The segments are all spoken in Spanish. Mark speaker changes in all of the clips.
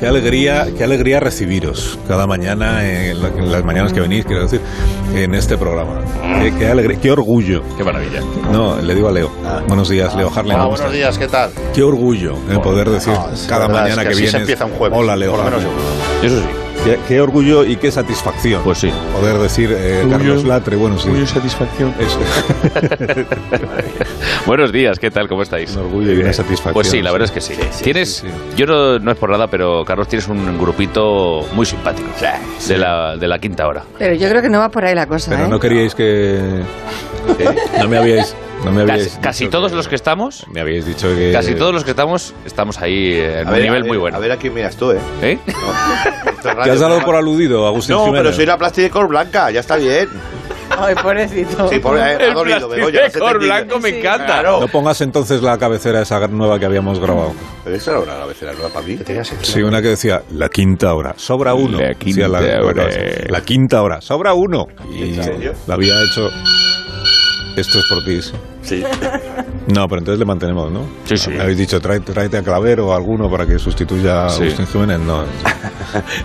Speaker 1: Qué alegría, qué alegría recibiros cada mañana, eh, en la- en las mañanas que venís, quiero decir, en este programa. Qué, qué alegría, qué orgullo.
Speaker 2: Qué maravilla.
Speaker 1: No, le digo a Leo.
Speaker 2: Ah.
Speaker 1: Buenos días, Leo Harlan.
Speaker 3: Hola,
Speaker 1: ¿cómo
Speaker 3: buenos
Speaker 1: estás?
Speaker 3: días, ¿qué tal?
Speaker 1: Qué orgullo el poder decir
Speaker 3: no, es
Speaker 1: cada
Speaker 3: verdad,
Speaker 1: mañana
Speaker 3: es que
Speaker 1: que,
Speaker 3: así se
Speaker 1: vienes.
Speaker 3: empieza un jueves,
Speaker 1: Hola, Leo
Speaker 3: por lo menos
Speaker 1: Harlan.
Speaker 2: Eso sí.
Speaker 1: Qué, qué orgullo y qué satisfacción
Speaker 2: Pues sí.
Speaker 1: poder decir eh, Carlos Latre. Bueno, sí.
Speaker 2: satisfacción.
Speaker 1: Es
Speaker 2: Buenos días, ¿qué tal? ¿Cómo estáis?
Speaker 1: un orgullo y una satisfacción.
Speaker 2: Pues sí, la verdad es que sí. tienes,
Speaker 1: sí, sí.
Speaker 2: yo no, no es por nada, pero Carlos, tienes un grupito muy simpático. De, la, de la quinta hora.
Speaker 4: Pero yo creo que no va por ahí la cosa,
Speaker 1: Pero
Speaker 4: ¿eh?
Speaker 1: no queríais que... No me habíais... No me habíais
Speaker 2: Casi, casi
Speaker 1: dicho
Speaker 2: todos los que estamos,
Speaker 1: Me habéis dicho que...
Speaker 2: casi todos los que estamos, estamos ahí en un nivel muy bueno.
Speaker 3: A ver a quién miras tú, ¿eh?
Speaker 2: ¿Eh?
Speaker 3: Esto es
Speaker 1: ¿Te
Speaker 3: radio,
Speaker 1: has dado
Speaker 3: ¿no?
Speaker 1: por aludido, Agustín
Speaker 3: No,
Speaker 1: Jiménez?
Speaker 3: pero soy una plástica blanca, ya está bien.
Speaker 4: Ay, pobrecito.
Speaker 3: Sí, por, eh, ha
Speaker 2: El
Speaker 3: dolido, Begoña, no se te
Speaker 2: plastidecor
Speaker 3: olvide.
Speaker 2: blanco me
Speaker 4: Sí.
Speaker 2: encanta.
Speaker 3: Claro.
Speaker 1: No pongas entonces la cabecera esa nueva que habíamos grabado.
Speaker 3: Pero esa era una cabecera nueva para mí. que tenías aquí.
Speaker 1: Sí, una que decía, la quinta hora, sobra uno.
Speaker 2: La
Speaker 1: Decía
Speaker 2: quinta hora.
Speaker 1: La quinta hora, sobra uno. Y
Speaker 3: ¿En serio?
Speaker 1: la había hecho... Esto es por ti.
Speaker 3: Sí.
Speaker 1: No, pero entonces le mantenemos, ¿no?
Speaker 2: Sí, sí.
Speaker 1: Habéis dicho, tráete, tráete a Clavero o alguno para que sustituya a
Speaker 2: Sí.
Speaker 1: Agustín Jiménez. No.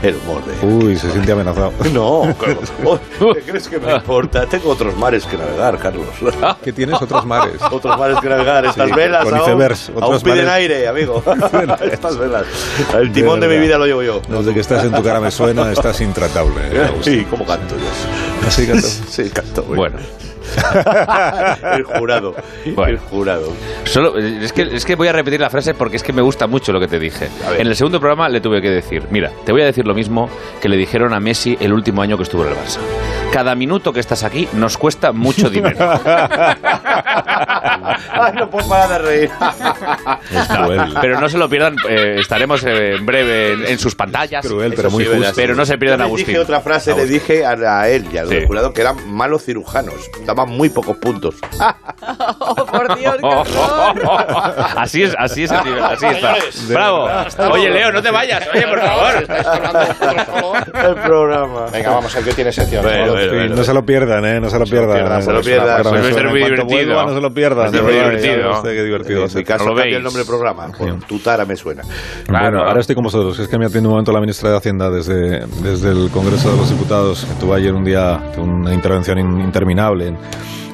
Speaker 3: El humor de.
Speaker 1: Uy, se siente amenazado.
Speaker 3: No, Carlos. Oh, ¿Te crees que me
Speaker 2: Ah.
Speaker 3: importa? Tengo otros mares que navegar, Carlos.
Speaker 1: ¿Qué tienes otros mares?
Speaker 3: Otros mares que navegar, estas
Speaker 1: Sí,
Speaker 3: velas.
Speaker 1: con
Speaker 3: aún,
Speaker 1: icebergs,
Speaker 3: aún
Speaker 1: otros
Speaker 3: piden
Speaker 1: mares.
Speaker 3: aire, amigo. estas velas. El
Speaker 1: De
Speaker 3: timón de, mi
Speaker 1: verdad.
Speaker 3: vida lo llevo yo.
Speaker 1: Desde que estás en tu cara me suena, estás intratable. eh, Agustín.
Speaker 3: Sí, ¿cómo canto yo?
Speaker 1: Así que
Speaker 3: Sí, canto. güey.
Speaker 2: Bueno,
Speaker 3: el jurado.
Speaker 2: Bueno.
Speaker 3: El jurado.
Speaker 2: solo, es, que, es que voy a repetir la frase porque es que me gusta mucho lo que te dije.
Speaker 3: A ver.
Speaker 2: En el segundo programa le tuve que decir, mira, te voy a decir lo mismo que le dijeron a Messi el último año que estuvo en el Barça. Cada minuto que estás aquí nos cuesta mucho dinero.
Speaker 3: Ay, Ah, no puedo parar de reír.
Speaker 2: Ah,
Speaker 1: es cruel.
Speaker 2: pero no se lo pierdan, eh, estaremos eh, en breve en, en sus pantallas.
Speaker 1: Es cruel,
Speaker 2: Eso
Speaker 1: pero muy
Speaker 2: sí, ¿verdad?
Speaker 1: justo.
Speaker 2: Pero no se pierdan a
Speaker 3: Le
Speaker 2: Agustín.
Speaker 3: dije otra frase, le
Speaker 2: Agustín.
Speaker 3: dije a, a él y al
Speaker 2: Sí.
Speaker 3: jurado que eran malos cirujanos. Daban muy pocos puntos.
Speaker 4: Oh, por Dios,
Speaker 2: Oh,
Speaker 4: Carlos.
Speaker 2: oh, oh, oh. Así es, así es, el nivel, así está.
Speaker 3: Señores,
Speaker 2: Bravo. Oye, Leo, no te vayas. Oye, por favor.
Speaker 3: el programa. Venga, vamos, el que tiene sección.
Speaker 2: Bueno,
Speaker 1: Sí,
Speaker 2: bueno, bueno.
Speaker 1: no se lo pierdan, ¿eh? No se lo pierdan.
Speaker 3: pierdan,
Speaker 1: eh,
Speaker 3: se lo
Speaker 1: es una
Speaker 3: pierdan.
Speaker 1: programa
Speaker 2: Pues va a ser
Speaker 1: en
Speaker 2: muy
Speaker 1: cuanto
Speaker 2: divertido.
Speaker 1: vuelva, no se lo pierdan.
Speaker 2: Va a ser
Speaker 1: de
Speaker 2: muy
Speaker 1: verdad,
Speaker 2: divertido.
Speaker 1: ya verás, eh, Qué divertido. va a
Speaker 3: en
Speaker 1: ser.
Speaker 3: mi caso
Speaker 2: ¿No lo
Speaker 3: cambió
Speaker 2: veis?
Speaker 3: el nombre del programa. Por tu tara me suena.
Speaker 2: Claro.
Speaker 1: Bueno, ahora estoy como vosotros. Es que me atiende un momento la ministra de Hacienda desde, desde el Congreso de los Diputados, que tuvo ayer un día una intervención in- interminable en,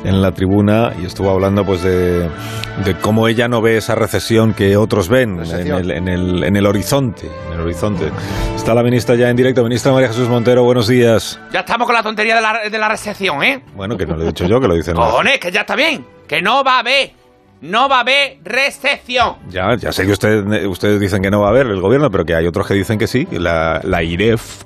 Speaker 1: en la tribuna y estuvo hablando pues de, de cómo ella no ve esa recesión que otros ven en el, en, el, en el horizonte. En el horizonte. Está la ministra ya en directo. Ministra María Jesús Montero, buenos días.
Speaker 5: Ya estamos con la tontería de la, de la recesión, ¿eh?
Speaker 1: Bueno, que no lo he dicho yo, que lo dicen las-
Speaker 5: Cojones, que ya está bien. Que no va a haber. No va a haber recesión.
Speaker 1: Ya, ya sé que usted- ustedes dicen que no va a haber el gobierno, pero que hay otros que dicen que sí. La, la IREF,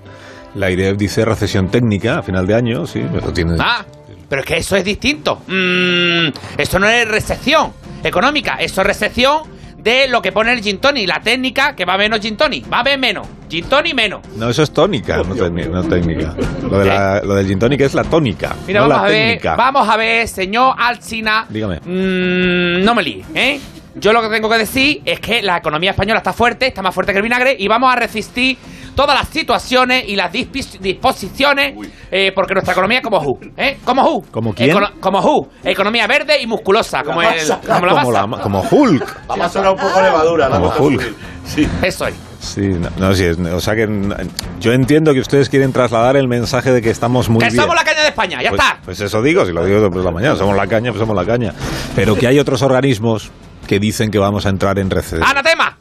Speaker 1: la IREF dice recesión técnica a final de año, sí, pero tiene-
Speaker 5: Ah, pero es que eso es distinto. Mm, eso no es recesión económica. Eso es recesión de lo que pone el gin tonic, La técnica que va a menos gin tonic, Va a haber menos. Gin tonic menos.
Speaker 1: No, eso es tónica, no, técnica- no técnica. Lo, de la- lo del gin tonic es la tónica,
Speaker 5: Mira,
Speaker 1: no
Speaker 5: vamos
Speaker 1: la
Speaker 5: a ver,
Speaker 1: técnica. Ah,
Speaker 5: vamos a ver, señor Alcina.
Speaker 1: Dígame.
Speaker 5: Mm, no me líe, ¿eh? Yo lo que tengo que decir es que la economía española está fuerte, está más fuerte que el vinagre y vamos a resistir todas las situaciones y las dispis- disposiciones eh, porque nuestra economía es como Who, ¿eh? Como Who.
Speaker 1: ¿Como quién?
Speaker 5: Econo- como Who. Economía verde y musculosa, como, el- como la
Speaker 1: como,
Speaker 5: masa.
Speaker 1: ma- como Hulk.
Speaker 3: Vamos a sonar un
Speaker 2: Ah.
Speaker 3: poco levadura. la
Speaker 1: Como
Speaker 3: cosa
Speaker 1: Hulk.
Speaker 3: sutil. Sí.
Speaker 5: Eso es.
Speaker 1: Sí, no, no, sí, es- o sea que n- yo entiendo que ustedes quieren trasladar el mensaje de que estamos muy
Speaker 5: que
Speaker 1: bien.
Speaker 5: somos la caña de España, ya
Speaker 1: pues,
Speaker 5: está.
Speaker 1: pues eso digo, si lo digo por la mañana, somos la caña, pues somos la caña. Pero que hay otros organismos que dicen que vamos a entrar en recesión.
Speaker 5: Anatema.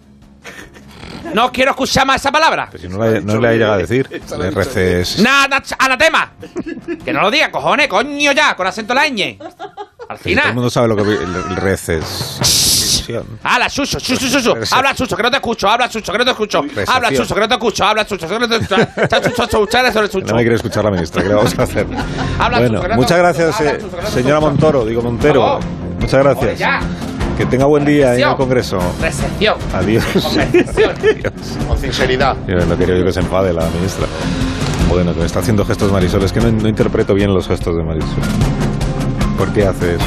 Speaker 5: No quiero escuchar más esa palabra.
Speaker 1: Pero si no, la- no le ha llegado a decir. Le reces-
Speaker 5: Nada, ch- anatema. Que no lo diga, cojones, coño ya, con acento en la ñ. Al
Speaker 1: Todo el
Speaker 5: final.
Speaker 1: mundo sabe lo que el reces.
Speaker 5: Habla, Suso, Suso, Suso.
Speaker 1: Recesión.
Speaker 5: Habla, Suso, que no te escucho. Habla, Suso, que no te escucho.
Speaker 1: Recesión.
Speaker 5: Habla, Suso, que no te escucho. Habla, Suso, que no te escucho.
Speaker 1: No me quiere escuchar la ministra, ¿qué le vamos a hacer?
Speaker 5: Habla
Speaker 1: bueno,
Speaker 5: tú, que no te
Speaker 1: muchas
Speaker 5: escucho,
Speaker 1: gracias,
Speaker 5: habla
Speaker 1: eh,
Speaker 5: tú, que no te
Speaker 1: señora
Speaker 5: escucho.
Speaker 1: Montoro, digo Montero.
Speaker 5: Por favor.
Speaker 1: Muchas
Speaker 5: Joder, ya.
Speaker 1: gracias. Que tenga buen día ahí en el
Speaker 5: Recesión.
Speaker 1: Congreso.
Speaker 5: Recesión.
Speaker 1: Adiós.
Speaker 5: Recesión.
Speaker 3: Con sinceridad.
Speaker 1: Yo no quería yo que se enfade la ministra. Bueno, que me está haciendo gestos Marisol, es que no, no interpreto bien los gestos de Marisol. ¿Por qué hace eso?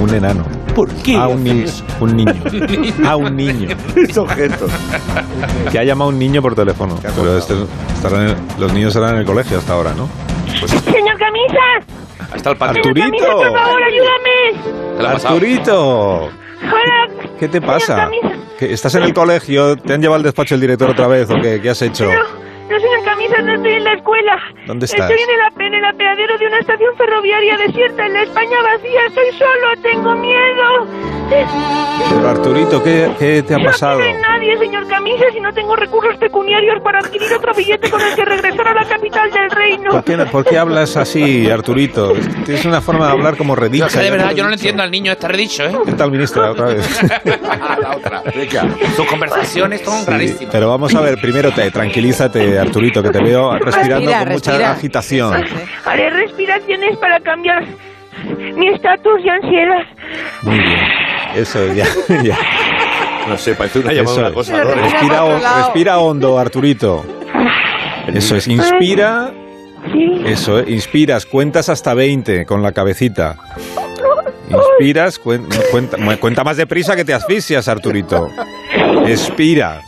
Speaker 1: Un enano.
Speaker 5: ¿Por qué?
Speaker 2: Ah,
Speaker 1: A un, ni- un niño. A un niño.
Speaker 3: Son gestos.
Speaker 1: Que ha llamado un niño por teléfono. Pero este- estarán en- los niños estarán en el colegio hasta ahora, ¿no?
Speaker 6: Señor Camisa,
Speaker 2: Ahí está el patio.
Speaker 1: Arturito.
Speaker 6: Camisa, por favor, ayúdame.
Speaker 2: ¿Qué le ha pasado?
Speaker 1: Arturito,
Speaker 6: Hola.
Speaker 1: ¿qué te pasa?
Speaker 6: Camisa.
Speaker 1: ¿Qué- ¿Estás en el colegio? ¿Te han llevado al despacho el director otra vez o qué? ¿Qué has hecho?
Speaker 6: No, no, señor Camisas, no estoy en la escuela.
Speaker 1: ¿Dónde estás?
Speaker 6: Estoy en el, ape- en el apeadero de una estación ferroviaria desierta, en la España vacía. Estoy solo, tengo miedo.
Speaker 1: Pero Arturito, ¿qué, qué te ha pasado?
Speaker 6: No hay nadie, señor Camisas, y no tengo recursos pecuniarios para adquirir otro billete con el que regresar a la capital del reino.
Speaker 1: ¿Por qué, por qué hablas así, Arturito? Tienes una forma de hablar como
Speaker 5: Yo
Speaker 1: redicha.
Speaker 5: es que de
Speaker 1: ya te
Speaker 5: verdad,
Speaker 1: lo he
Speaker 5: yo no le
Speaker 1: dicho.
Speaker 5: entiendo al niño, está redicho, ¿eh?
Speaker 1: ¿Qué tal, ministra? Otra vez.
Speaker 2: Ah, la otra.
Speaker 5: Sus conversaciones son
Speaker 1: Sí,
Speaker 5: rarísimas.
Speaker 1: pero vamos a ver, primero te tranquilízate, Arturito, que te veo respirando
Speaker 4: Respira,
Speaker 1: con mucha
Speaker 4: respira.
Speaker 1: agitación.
Speaker 6: Haré respiraciones para cambiar mi estatus de ansiedad.
Speaker 1: Muy bien. Eso, ya. ya.
Speaker 3: No sé, parece una llamada
Speaker 1: Eso
Speaker 3: una
Speaker 1: es.
Speaker 3: cosa.
Speaker 4: Pero
Speaker 3: ¿no?
Speaker 4: respira
Speaker 1: Respira,
Speaker 4: por
Speaker 1: ho-
Speaker 4: otro lado.
Speaker 1: respira hondo, Arturito. Eso es, inspira,
Speaker 6: Sí.
Speaker 1: eso, eh, inspiras, cuentas hasta 20 con la cabecita. Inspiras, cuen- cuenta, mu- cuenta más deprisa que te asfixias, Arturito. Expira.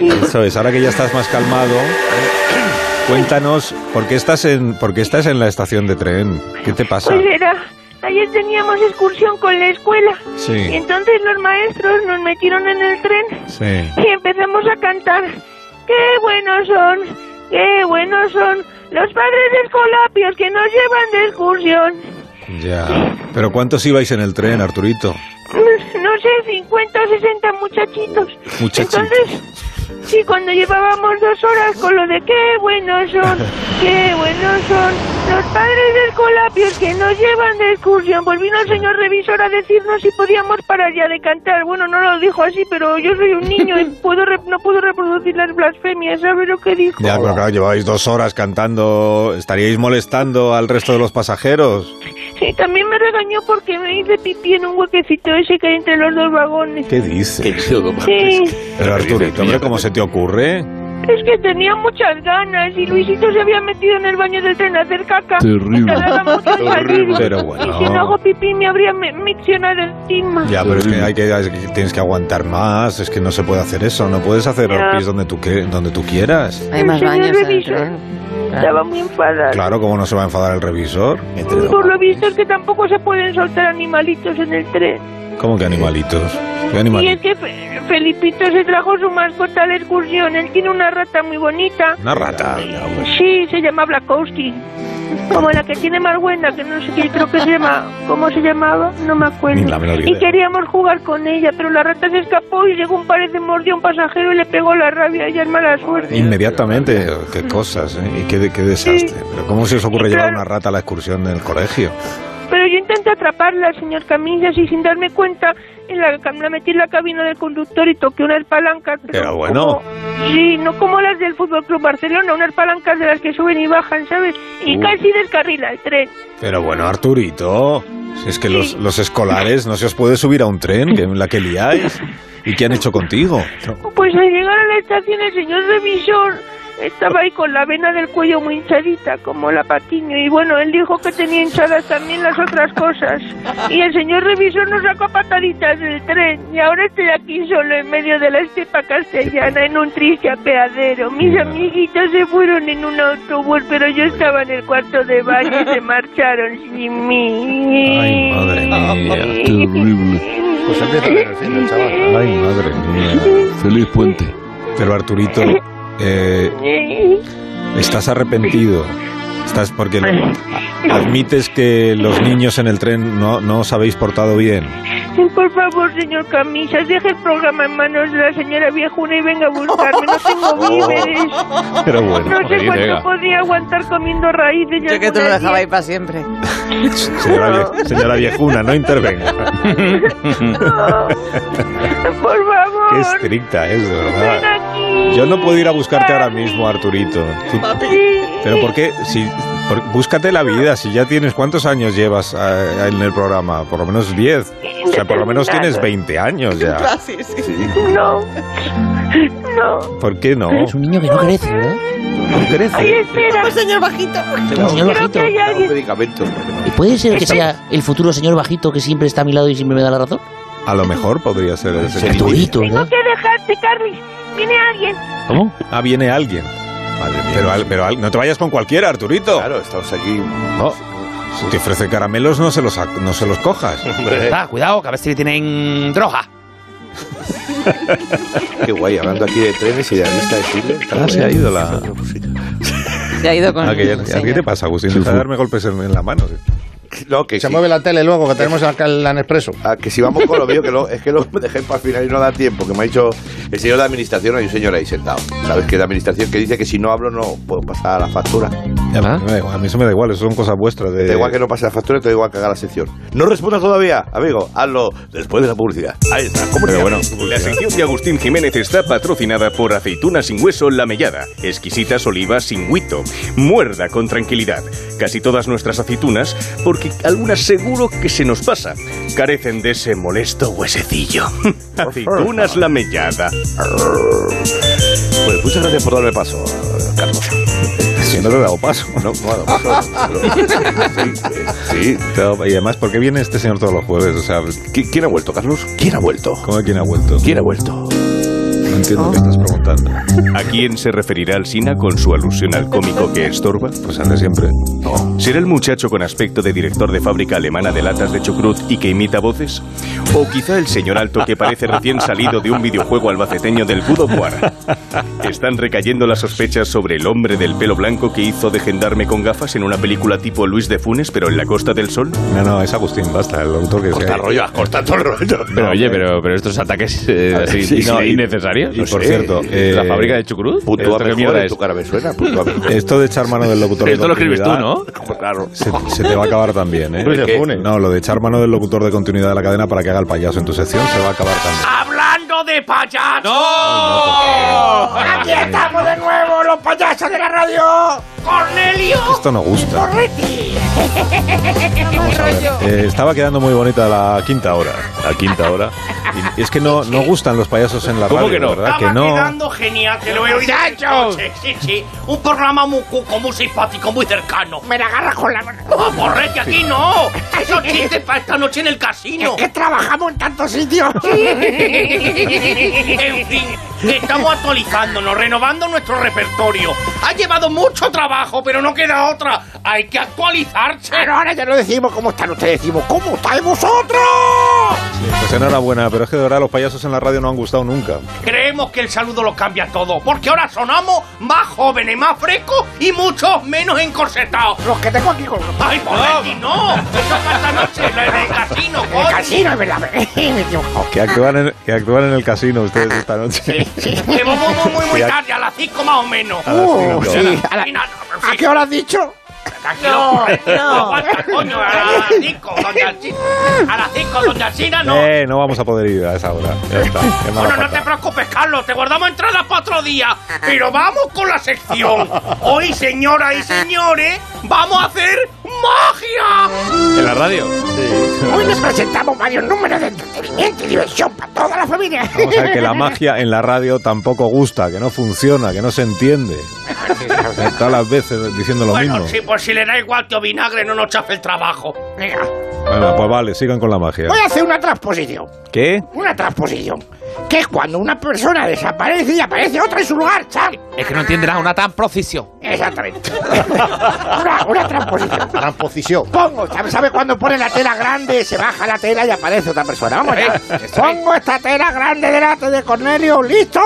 Speaker 1: Eso es, ahora que ya estás más calmado, ¿eh? cuéntanos por qué estás en, por qué estás en la estación de tren. ¿Qué te pasa?
Speaker 6: Pues era, ayer teníamos excursión con la escuela. Y
Speaker 1: Sí,
Speaker 6: entonces los maestros nos metieron en el tren
Speaker 1: sí.
Speaker 6: y empezamos a cantar. ¡Qué buenos son! ¡Qué buenos son! Los padres escolapios que nos llevan de excursión.
Speaker 1: Ya. Pero ¿cuántos ibais en el tren, Arturito?
Speaker 6: No sé, 50 o 60 muchachitos.
Speaker 1: Muchachitos.
Speaker 6: Entonces, sí, cuando llevábamos dos horas con lo de qué buenos son, qué buenos son, los padres de escolapios que nos llevan de excursión, pues vino el señor revisor a decirnos si podíamos parar ya de cantar. Bueno, no lo dijo así, pero yo soy un niño y puedo re- no puedo reproducir las blasfemias, ¿sabes lo que dijo?
Speaker 1: Ya, pero claro, lleváis dos horas cantando, estaríais molestando al resto de los pasajeros.
Speaker 6: Sí, también me regañó porque me hice pipí en un huequecito ese que hay entre los dos vagones.
Speaker 1: ¿Qué dices?
Speaker 6: Sí.
Speaker 1: Pero Arturito, mira cómo se te ocurre.
Speaker 6: Es que tenía muchas ganas y Luisito se había metido en el baño del tren a hacer caca.
Speaker 7: Terrible.
Speaker 6: Me tardaba mucho en salir.
Speaker 1: Pero
Speaker 6: Y si no hago
Speaker 1: bueno.
Speaker 6: pipí me habría me- miccionado encima.
Speaker 1: Ya, pero es que, hay que, hay que- tienes que aguantar más, es que no se puede hacer eso, no puedes hacer
Speaker 6: Ya.
Speaker 1: pis donde tú, que- donde tú quieras.
Speaker 4: Hay más
Speaker 6: El señor
Speaker 4: baños ¿eh? en el
Speaker 6: revisor
Speaker 4: tren.
Speaker 6: Estaba muy enfadada.
Speaker 1: Claro, ¿cómo no se va a enfadar el revisor?
Speaker 6: Por lo visto es que tampoco se pueden soltar animalitos en el tren.
Speaker 1: ¿Cómo que animalitos? ¿Qué
Speaker 6: Y es
Speaker 1: animalitos?
Speaker 6: que Fe- Felipito se trajo su mascota a la excursión. Él tiene una rata muy bonita.
Speaker 1: Una rata.
Speaker 6: Pues
Speaker 1: pues,
Speaker 6: Sí, se llama Blakowski. Como la que tiene más buena, que no sé qué, creo que se llama. ¿Cómo se llamaba? No me acuerdo.
Speaker 1: Ni la menor idea.
Speaker 6: Y queríamos jugar con ella, pero la rata se escapó y según parece mordió a un pasajero y le pegó la rabia y es mala suerte.
Speaker 1: Inmediatamente, qué cosas, ¿eh? Y qué, qué desastre. Pero ¿cómo se os ocurre llevar una rata a la excursión del colegio?
Speaker 6: Pero yo intenté atraparla, señor Camillas, y sin darme cuenta, en la, la metí en la cabina del conductor y toqué unas palancas. Pero,
Speaker 1: Pero bueno.
Speaker 6: como- sí, no como las del Fútbol Club Barcelona, unas palancas de las que suben y bajan, ¿sabes? Y casi descarrila el tren.
Speaker 1: Pero bueno, Arturito, si es que los, los escolares no se os puede subir a un tren, que la que liáis. ¿Y qué han hecho contigo?
Speaker 6: Pues al llegar a la estación el señor revisor estaba ahí con la vena del cuello muy hinchadita, como la patiño. Y bueno, él dijo que tenía hinchadas también las otras cosas. Y el señor revisor nos sacó a pataditas del tren. Y ahora estoy aquí solo en medio de la estepa castellana, en un triste apeadero. Mis
Speaker 1: Ya.
Speaker 6: amiguitos se fueron en un autobús, pero yo estaba en el cuarto de baño y se marcharon sin mí.
Speaker 1: Ay, madre mía.
Speaker 7: Terrible.
Speaker 3: Pues empieza a ver el fin del chaval.
Speaker 1: Ay, madre mía.
Speaker 7: Feliz puente.
Speaker 1: Pero Arturito, eh, estás arrepentido. Estás porque lo- admites que los niños en el tren no, no os habéis portado bien.
Speaker 6: Por favor, señor Camisas, deje el programa en manos de la señora viejuna y venga a buscarme. No tengo víveres.
Speaker 1: Oh. Pero bueno,
Speaker 6: No sé
Speaker 2: Sí, venga.
Speaker 6: cuánto podría aguantar comiendo raíces. y
Speaker 4: Yo que te lo
Speaker 6: alguna
Speaker 4: dejaba ahí para siempre.
Speaker 1: señora, vie- señora viejuna, no intervenga.
Speaker 6: dieta. Por favor.
Speaker 1: Qué estricta es, de
Speaker 6: ven
Speaker 1: ¿verdad?
Speaker 6: aquí.
Speaker 1: Yo no puedo ir a buscarte ahora mismo, Arturito. Tú-
Speaker 6: Sí.
Speaker 1: Pero ¿por qué? Si, por- búscate la vida, si ya tienes, ¿cuántos años llevas eh, en el programa? Por lo menos 10. O sea, por lo menos tienes 20 años ya.
Speaker 4: Así, Ah, sí.
Speaker 6: No. No.
Speaker 1: ¿Por qué no?
Speaker 8: Es un niño que no crece, ¿verdad?
Speaker 6: Ay, espera.
Speaker 4: señor bajito.
Speaker 8: Es un señor
Speaker 6: Creo que
Speaker 8: bajito.
Speaker 6: hay
Speaker 3: Un
Speaker 6: alguien.
Speaker 3: medicamento.
Speaker 8: ¿Y puede ser que sea el futuro señor bajito que siempre está a mi lado y siempre me da la razón?
Speaker 1: A lo mejor podría ser ese.
Speaker 8: Arturito,
Speaker 6: Tengo
Speaker 8: ¿verdad?
Speaker 6: que dejarte, Carly. Viene alguien.
Speaker 8: ¿Cómo?
Speaker 1: Ah, viene alguien.
Speaker 3: Madre mía.
Speaker 1: Pero, al- pero al- no te vayas con cualquiera, Arturito.
Speaker 3: Claro, estamos aquí.
Speaker 1: No. Si te ofrece caramelos, no se los, ac- no se los cojas.
Speaker 5: Ah, cuidado, que a ver si le tienen droga.
Speaker 3: Qué guay, hablando aquí de trenes y de la lista de Schindler. está
Speaker 1: Ah, se
Speaker 3: guay.
Speaker 1: ha ido la-
Speaker 4: Se ha ido con.
Speaker 1: Ah, que ya-
Speaker 4: el
Speaker 1: ¿A qué
Speaker 4: señor.
Speaker 1: te pasa, Agustín? Deja de darme golpes en, en la mano.
Speaker 3: No, que
Speaker 7: Se
Speaker 3: sí.
Speaker 7: mueve la tele luego, que tenemos acá el Nespresso.
Speaker 3: Ah, que si vamos con lo mío, que lo- es que lo dejé para el final y no da tiempo, que me ha dicho el señor de administración, hay un señor ahí sentado, ¿sabes? Que de administración que dice que si no hablo no puedo pasar a la factura.
Speaker 1: Ya,
Speaker 2: ¿Ah?
Speaker 1: me da igual, a mí eso me da igual, eso son cosas vuestras. De...
Speaker 3: Te da igual que no pase la factura, te da igual cagar la sección. No respondas todavía, amigo, hazlo después de la publicidad. Ahí está,
Speaker 9: Pero
Speaker 3: comunicado.
Speaker 9: bueno, la sección de Agustín Jiménez está patrocinada por Aceitunas sin hueso La Mellada, exquisitas olivas sin huito. Muerda con tranquilidad. Casi todas nuestras aceitunas, porque algunas seguro que se nos pasa, carecen de ese molesto huesecillo. Aceitunas La Mellada.
Speaker 3: Pues muchas gracias por darme paso, Carlos.
Speaker 1: Si no te he dado paso.
Speaker 3: No, pues, no ha dado paso, pero- Sí, eh, sí.
Speaker 1: Te he dado- Y además, ¿por qué viene este señor todos los jueves? O sea,
Speaker 3: ¿Qui- ¿Quién ha vuelto, Carlos? ¿Quién ha vuelto?
Speaker 1: ¿cómo quién ha vuelto?
Speaker 3: ¿Quién ha vuelto?
Speaker 1: No entiendo qué estás preguntando.
Speaker 9: ¿A quién se referirá Alsina con su alusión al cómico que estorba?
Speaker 1: Pues ande siempre.
Speaker 9: ¿Será el muchacho con aspecto de director de fábrica alemana de latas de chucrut y que imita voces? ¿O quizá el señor alto que parece recién salido de un videojuego albaceteño del God of War? Están recayendo las sospechas sobre el hombre del pelo blanco que hizo de gendarme con gafas en una película tipo Luis de Funes, pero en la Costa del Sol.
Speaker 1: No, no, es Agustín, basta, el autor que sea.
Speaker 3: Corta rollo, corta todo el rollo.
Speaker 2: Pero oye, pero, pero estos ataques eh,
Speaker 5: Ah,
Speaker 2: así
Speaker 3: sí, sí.
Speaker 2: no, innecesarios.
Speaker 1: Y
Speaker 2: No
Speaker 1: por
Speaker 2: sé.
Speaker 1: cierto,
Speaker 2: la
Speaker 1: eh,
Speaker 2: fábrica de chucrut.
Speaker 3: Punto
Speaker 2: ¿Esto
Speaker 3: a
Speaker 2: qué
Speaker 3: mejor
Speaker 2: mierda
Speaker 3: en
Speaker 2: es?
Speaker 3: tu cara me suena. Punto a mejor.
Speaker 1: Esto de echar mano del locutor
Speaker 2: Esto
Speaker 1: de
Speaker 2: lo escribes tú,
Speaker 1: continuidad,
Speaker 2: ¿no?
Speaker 3: Claro.
Speaker 1: Se, se te va a acabar también, ¿eh?
Speaker 7: Luis de
Speaker 1: ¿Qué?
Speaker 7: Funes.
Speaker 1: No, lo de echar mano del locutor de continuidad de la cadena para que haga el payaso en tu sección se va a acabar también.
Speaker 5: ¡Hablando de payasos! ¡No! ¡Aquí estamos de nuevo, los payasos de la radio! ¡Cornelio!
Speaker 1: Esto no gusta. Vamos a ver. Eh, estaba quedando muy bonita la quinta hora. La quinta hora. Y es que no, no gustan los payasos en la
Speaker 2: ¿Cómo
Speaker 1: radio,
Speaker 2: que no?
Speaker 1: ¿verdad? Que no.
Speaker 10: quedando genial, te lo he oído. en el coche, Sí, sí. Un programa muy cuco, muy simpático, muy cercano. Me la agarras con la mano. ¡Oh, borrete, aquí no! Eso chistes para esta noche en el casino. Es que trabajamos en tantos sitios. en fin, estamos actualizándonos, renovando nuestro repertorio. Ha llevado mucho trabajo, pero no queda otra. Hay que actualizarse. ahora ya lo decimos cómo están ustedes, decimos cómo estáis vosotros.
Speaker 1: Pues enhorabuena, pero es que de verdad los payasos en la radio no han gustado nunca.
Speaker 10: Creemos que el saludo lo cambia todo, porque ahora sonamos más jóvenes, más frescos y mucho menos encorsetados. Los que tengo aquí con ¡Ay, por aquí no! Eso falta noche, lo del casino, coño. El casino, es verdad. Oh.
Speaker 1: Que actúan en, que actúan en el casino ustedes esta noche.
Speaker 10: Que vamos muy, muy, muy tarde, a las 5 más o menos.
Speaker 1: A las
Speaker 10: Oh,
Speaker 1: cinco.
Speaker 10: ¿A qué hora has dicho? No, no, falta, coño, a las 5, doña Alcina. A las 5, doña Alcina, no.
Speaker 1: Eh, no vamos a poder ir a esa hora. Ya está. Qué mala
Speaker 10: Bueno, no
Speaker 1: pata.
Speaker 10: te preocupes, Carlos, te guardamos entradas para otro día. Pero vamos con la sección. Hoy, señoras y señores, vamos a hacer magia.
Speaker 2: ¿En la radio?
Speaker 10: Hoy les presentamos varios números de entretenimiento y diversión para toda la familia.
Speaker 1: Vamos a ver que la magia en la radio tampoco gusta, que no funciona, que no se entiende. Todas las veces diciendo lo
Speaker 10: Bueno,
Speaker 1: mismo.
Speaker 10: sí, pues si le da igual, tío Vinagre, no nos chafe el trabajo. Venga,
Speaker 1: Bueno, pues vale, sigan con la magia.
Speaker 10: voy a hacer una transposición.
Speaker 1: ¿Qué?
Speaker 10: Una transposición. Que es cuando una persona desaparece y aparece otra en su lugar, ¿sabes?
Speaker 5: Es que no entenderás una tan precisión.
Speaker 10: Exactamente. una, una transposición.
Speaker 7: Transposición.
Speaker 10: Pongo, ¿sabe, sabe cuándo pone la tela grande? Se baja la tela y aparece otra persona. Vamos ya. Pongo esta tela grande delante de Cornelio. ¡Listo!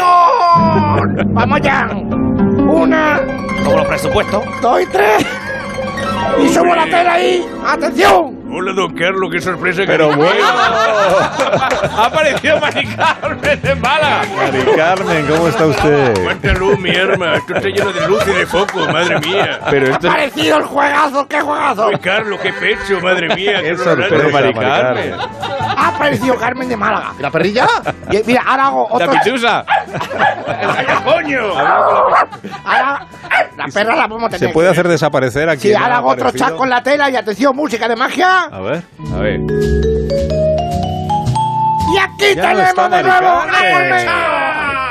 Speaker 10: ¡Emoción! Vamos ya. Una,
Speaker 5: Como los presupuestos.
Speaker 10: dos y tres. Y subo la tela ahí. ¡Atención!
Speaker 9: Hola, don Carlos, qué sorpresa que
Speaker 1: Pero bueno,
Speaker 5: ¡Ha aparecido Mari Carmen de Málaga!
Speaker 1: Mari Carmen, ¿cómo está usted?
Speaker 9: luz, mi arma. Esto está lleno de luz y de foco, madre mía.
Speaker 2: Pero esto
Speaker 10: ¡Parecido el juegazo! ¡Qué juegazo!
Speaker 9: Carlos, qué pecho, madre mía.
Speaker 1: Qué sorpresa,
Speaker 2: Pero
Speaker 1: Mari
Speaker 2: Mari Carmen.
Speaker 1: Carmen.
Speaker 10: ¡Ha aparecido Carmen de Málaga!
Speaker 7: ¿La perrilla?
Speaker 10: Y mira, ahora hago
Speaker 2: ¡La
Speaker 10: otro...
Speaker 2: pitusa!
Speaker 10: Ahora la perra la podemos tener.
Speaker 1: ¿Se puede hacer desaparecer aquí?
Speaker 10: Sí, ahora hago otro chat con la tela y atención, música de magia.
Speaker 1: A ver.
Speaker 2: A ver.
Speaker 10: Y aquí
Speaker 1: Ya no
Speaker 10: tenemos
Speaker 1: está
Speaker 10: de
Speaker 1: Mari
Speaker 10: nuevo a
Speaker 1: Carmen.
Speaker 10: Cornelia.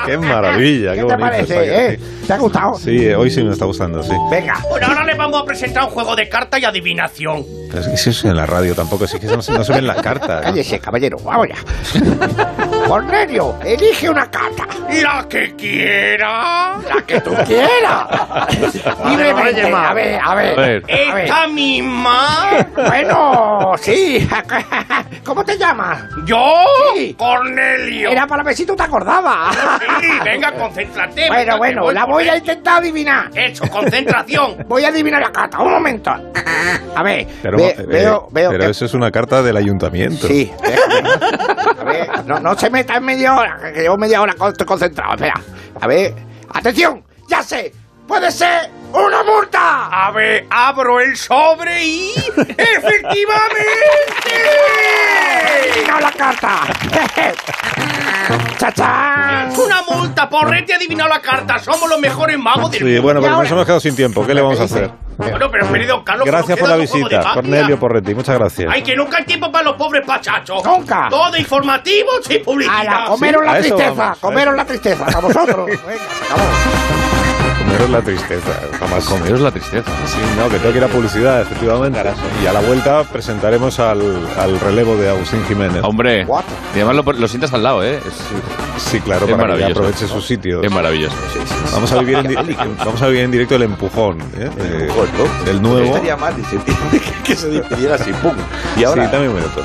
Speaker 1: Qué maravilla, qué,
Speaker 10: ¿Qué
Speaker 1: bonito.
Speaker 10: te
Speaker 1: está
Speaker 10: parece?
Speaker 1: que-
Speaker 10: eh? ¿Te ha gustado?
Speaker 1: Sí, eh, hoy sí me está gustando, sí.
Speaker 10: Venga.
Speaker 11: Bueno, ahora les vamos a presentar un juego de cartas y adivinación.
Speaker 1: Pero es que si eso en la radio tampoco, sí que no, se- no se ven las cartas. ¿no?
Speaker 10: Cállese, caballero. Vamos ya. Cornelio, elige una carta.
Speaker 11: La que quiera.
Speaker 10: La que tú quieras. Libremente. A ver,
Speaker 2: A
Speaker 10: a ver.
Speaker 2: ver.
Speaker 10: A ver.
Speaker 11: Esta misma.
Speaker 10: Bueno, sí.
Speaker 12: ¿Cómo te llamas?
Speaker 11: ¿Yo? Cornelio.
Speaker 12: Era para ver si tú te acordabas.
Speaker 11: Sí, venga, concéntrate.
Speaker 12: Bueno,
Speaker 11: venga, que
Speaker 12: bueno,
Speaker 11: voy
Speaker 12: la
Speaker 11: por
Speaker 12: voy a
Speaker 11: él.
Speaker 12: intentar adivinar.
Speaker 11: Eso, concentración.
Speaker 12: Voy a adivinar la carta, un momento. A ver,
Speaker 1: Pero,
Speaker 12: ve-
Speaker 1: eh,
Speaker 12: veo, veo
Speaker 1: pero
Speaker 12: que-
Speaker 1: eso es una carta del ayuntamiento.
Speaker 12: Sí. no, no se meta en media hora, que llevo media hora con- estoy concentrado. Espera, a ver, atención, ya sé, puede ser una multa.
Speaker 11: A ver, abro el sobre y. ¡Efectivamente!
Speaker 12: ¡Mira la carta! ¡Chachán!
Speaker 11: ¡Una multa, porrete! He adivinado la carta. Somos los mejores magos del
Speaker 1: Sí, bueno,
Speaker 11: mundo.
Speaker 1: pero nos hemos quedado sin tiempo. ¿Qué le vamos a hacer?
Speaker 11: Bueno, pero querido Carlos,
Speaker 1: Gracias por
Speaker 11: ¿cómo
Speaker 1: la
Speaker 11: queda tu juego de
Speaker 1: visita,
Speaker 11: magia?
Speaker 1: Cornelio Porretti. Muchas gracias.
Speaker 11: Ay, que nunca hay tiempo para los pobres pachachos.
Speaker 12: Nunca.
Speaker 11: Todo informativo y publicidad.
Speaker 12: A la, comeros
Speaker 1: Sí,
Speaker 12: la
Speaker 1: a eso
Speaker 12: tristeza,
Speaker 1: vamos, ¿eh? a
Speaker 12: comeros
Speaker 1: eso.
Speaker 12: la tristeza, a vosotros. Venga, se acabó.
Speaker 1: Comeros la tristeza. Jamás.
Speaker 2: Comeros la tristeza.
Speaker 1: Sí, no, que tengo que ir a publicidad, efectivamente. Y a la vuelta presentaremos al, al relevo de Agustín Jiménez.
Speaker 2: Hombre,
Speaker 1: What?
Speaker 2: y además lo, lo sientas al lado, ¿eh? Es,
Speaker 1: Sí, claro,
Speaker 2: es
Speaker 1: para que
Speaker 2: maravilloso.
Speaker 1: aproveche su sitio.
Speaker 2: Es maravilloso.
Speaker 1: Vamos a vivir en, di- vamos a vivir en directo el empujón, ¿eh? Eh, del
Speaker 3: No Este
Speaker 1: nuevo.
Speaker 3: estaría mal dice, que- que se despidiera así, pum. Y ahora.
Speaker 1: Sí, también un minuto.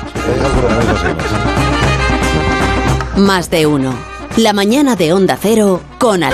Speaker 13: Más de uno. La mañana de Onda Cero con Al.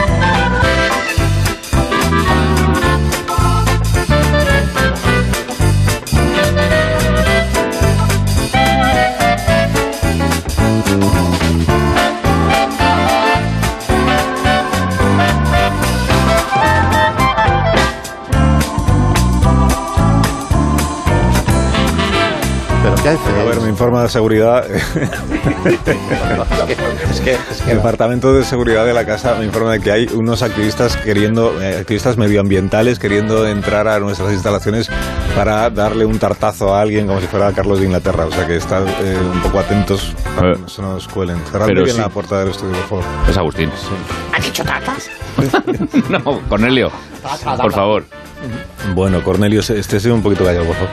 Speaker 1: Pero, a ver, me informa de seguridad. El departamento de seguridad de la casa me informa de que hay unos activistas queriendo, eh, activistas medioambientales queriendo entrar a nuestras instalaciones para darle un tartazo a alguien como si fuera Carlos de Inglaterra. O sea que están eh, un poco atentos para que no se nos cuelen. Cerrad
Speaker 2: pero
Speaker 1: bien
Speaker 2: sí.
Speaker 1: la puerta del estudio, por favor.
Speaker 2: Es Agustín.
Speaker 12: ¿Has dicho tatas?
Speaker 2: no, Cornelio. Por favor.
Speaker 1: Bueno, Cornelio, se- este sido un poquito callado, por favor.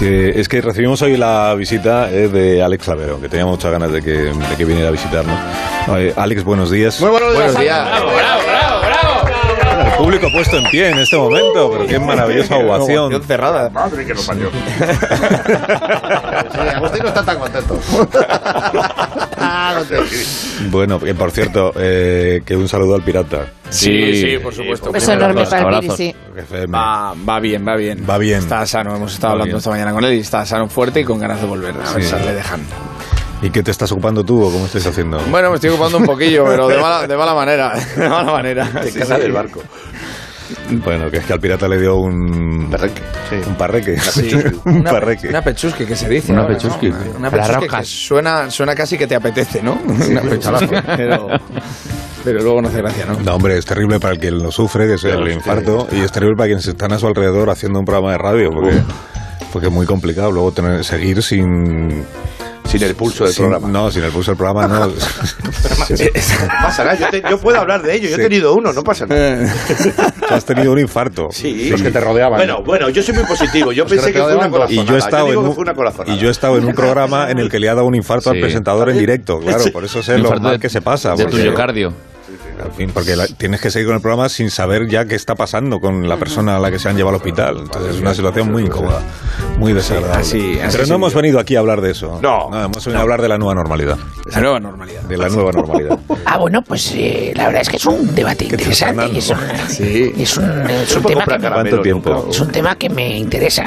Speaker 1: Que es que recibimos hoy la visita eh, de Alex Clavero, que tenía muchas ganas de que, de que viniera a visitarnos. Eh, Alex, buenos días. Muy
Speaker 3: buenos
Speaker 1: días. El público puesto en pie en este momento, pero qué maravillosa ovación.
Speaker 3: cerrada. Madre que lo parió.
Speaker 7: Agustín no está tan contento.
Speaker 3: Ah,
Speaker 1: Bueno, que por cierto, eh, que un saludo al pirata.
Speaker 14: Sí, sí, por supuesto.
Speaker 4: Beso enorme para el Piri, sí.
Speaker 14: Va, va bien, va bien.
Speaker 1: Va bien.
Speaker 14: Está sano, hemos estado hablando esta mañana con él y está sano fuerte y con ganas de volver. A ver
Speaker 1: Sí.
Speaker 14: si le dejan.
Speaker 1: ¿Y qué te estás ocupando tú o cómo estáis haciendo?
Speaker 14: Bueno, me estoy ocupando un poquillo, pero de mala, de mala manera. De mala manera.
Speaker 3: En
Speaker 14: Sí,
Speaker 3: casa
Speaker 14: sí.
Speaker 3: del barco.
Speaker 1: Bueno, que es que al pirata le dio un parreque. Un parreque.
Speaker 14: Sí.
Speaker 1: un
Speaker 14: Una-
Speaker 1: parreque.
Speaker 14: Una pechusque que se dice.
Speaker 1: Una
Speaker 14: ahora, ¿no?
Speaker 1: pechusqui.
Speaker 14: Una
Speaker 1: A la
Speaker 14: pechusqui
Speaker 1: roca.
Speaker 14: que suena, suena casi que te apetece, ¿no? Una pechusqui, pero, pero luego no hace gracia, ¿no?
Speaker 1: No, hombre, es terrible para el que lo sufre, que es el infarto, y es terrible para quienes están a su alrededor haciendo un programa de radio, porque, porque es muy complicado luego tener, seguir sin...
Speaker 3: Sin el pulso del
Speaker 1: sin-
Speaker 3: programa.
Speaker 1: No, sin el pulso del programa, no.
Speaker 3: No pasa nada, yo, te- yo puedo hablar de ello. Yo
Speaker 1: Sí.
Speaker 3: he tenido uno, no pasa nada.
Speaker 1: Tú has tenido un infarto. Sí,
Speaker 3: Los que te
Speaker 1: rodeaban.
Speaker 3: Bueno, bueno, yo soy muy positivo. Yo pensé que fue una corazonada.
Speaker 1: y yo he estado
Speaker 3: digo
Speaker 1: en
Speaker 3: que
Speaker 1: un,
Speaker 3: fue una corazonada.
Speaker 1: y yo he estado en un programa en el que le ha dado un infarto al
Speaker 2: Sí.
Speaker 1: presentador en directo, claro, por eso sé lo
Speaker 2: Infarto
Speaker 1: mal
Speaker 2: de-
Speaker 1: que se pasa.
Speaker 2: De
Speaker 1: porque-
Speaker 2: tuyo cardio.
Speaker 1: En fin, porque la- tienes que seguir con el programa sin saber ya qué está pasando con la persona a la que se han llevado al hospital. Entonces es una situación muy incómoda, muy desagradable.
Speaker 14: así- así
Speaker 1: Pero
Speaker 14: soy
Speaker 1: no hemos
Speaker 14: yo.
Speaker 1: venido aquí a hablar de eso. No, hemos venido a hablar de la nueva normalidad.
Speaker 14: La nueva normalidad.
Speaker 1: De la nueva normalidad.
Speaker 12: Ah, bueno, pues eh, la verdad es que es un debate interesante y es, una- es un,
Speaker 8: eh,
Speaker 12: es un tema que me,
Speaker 1: ¿Cuánto tiempo?
Speaker 12: es un tema que me interesa.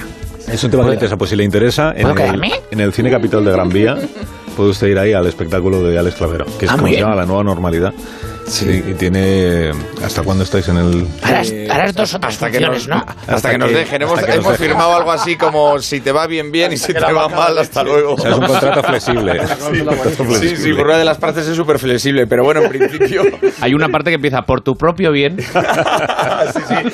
Speaker 1: Es un tema que le interesa. Pues si le interesa, en
Speaker 12: ¿Puedo
Speaker 1: el,
Speaker 12: quedarme?
Speaker 1: en el Cine Capitol de Gran Vía puede usted ir ahí al espectáculo de Alex Clavero, que es
Speaker 12: Ah,
Speaker 1: como
Speaker 12: muy
Speaker 1: se
Speaker 12: bien.
Speaker 1: llama La Nueva Normalidad. Sí. Y, y tiene... ¿Hasta cuándo estáis en el...?
Speaker 12: Ahora, ahora es dos otras
Speaker 14: Hasta que
Speaker 12: funciones,
Speaker 14: nos,
Speaker 12: ¿no?
Speaker 14: hasta que nos dejen. Hemos,
Speaker 1: hasta que nos
Speaker 14: hemos
Speaker 1: dejen.
Speaker 14: firmado algo así como si te va bien, bien y si te va mal, hasta luego.
Speaker 1: O sea, es un contrato flexible. Sí, un contrato
Speaker 14: Sí, sí,
Speaker 1: flexible.
Speaker 14: por una de las partes es súper flexible, pero bueno, en principio.
Speaker 2: Hay una parte que empieza por tu propio bien.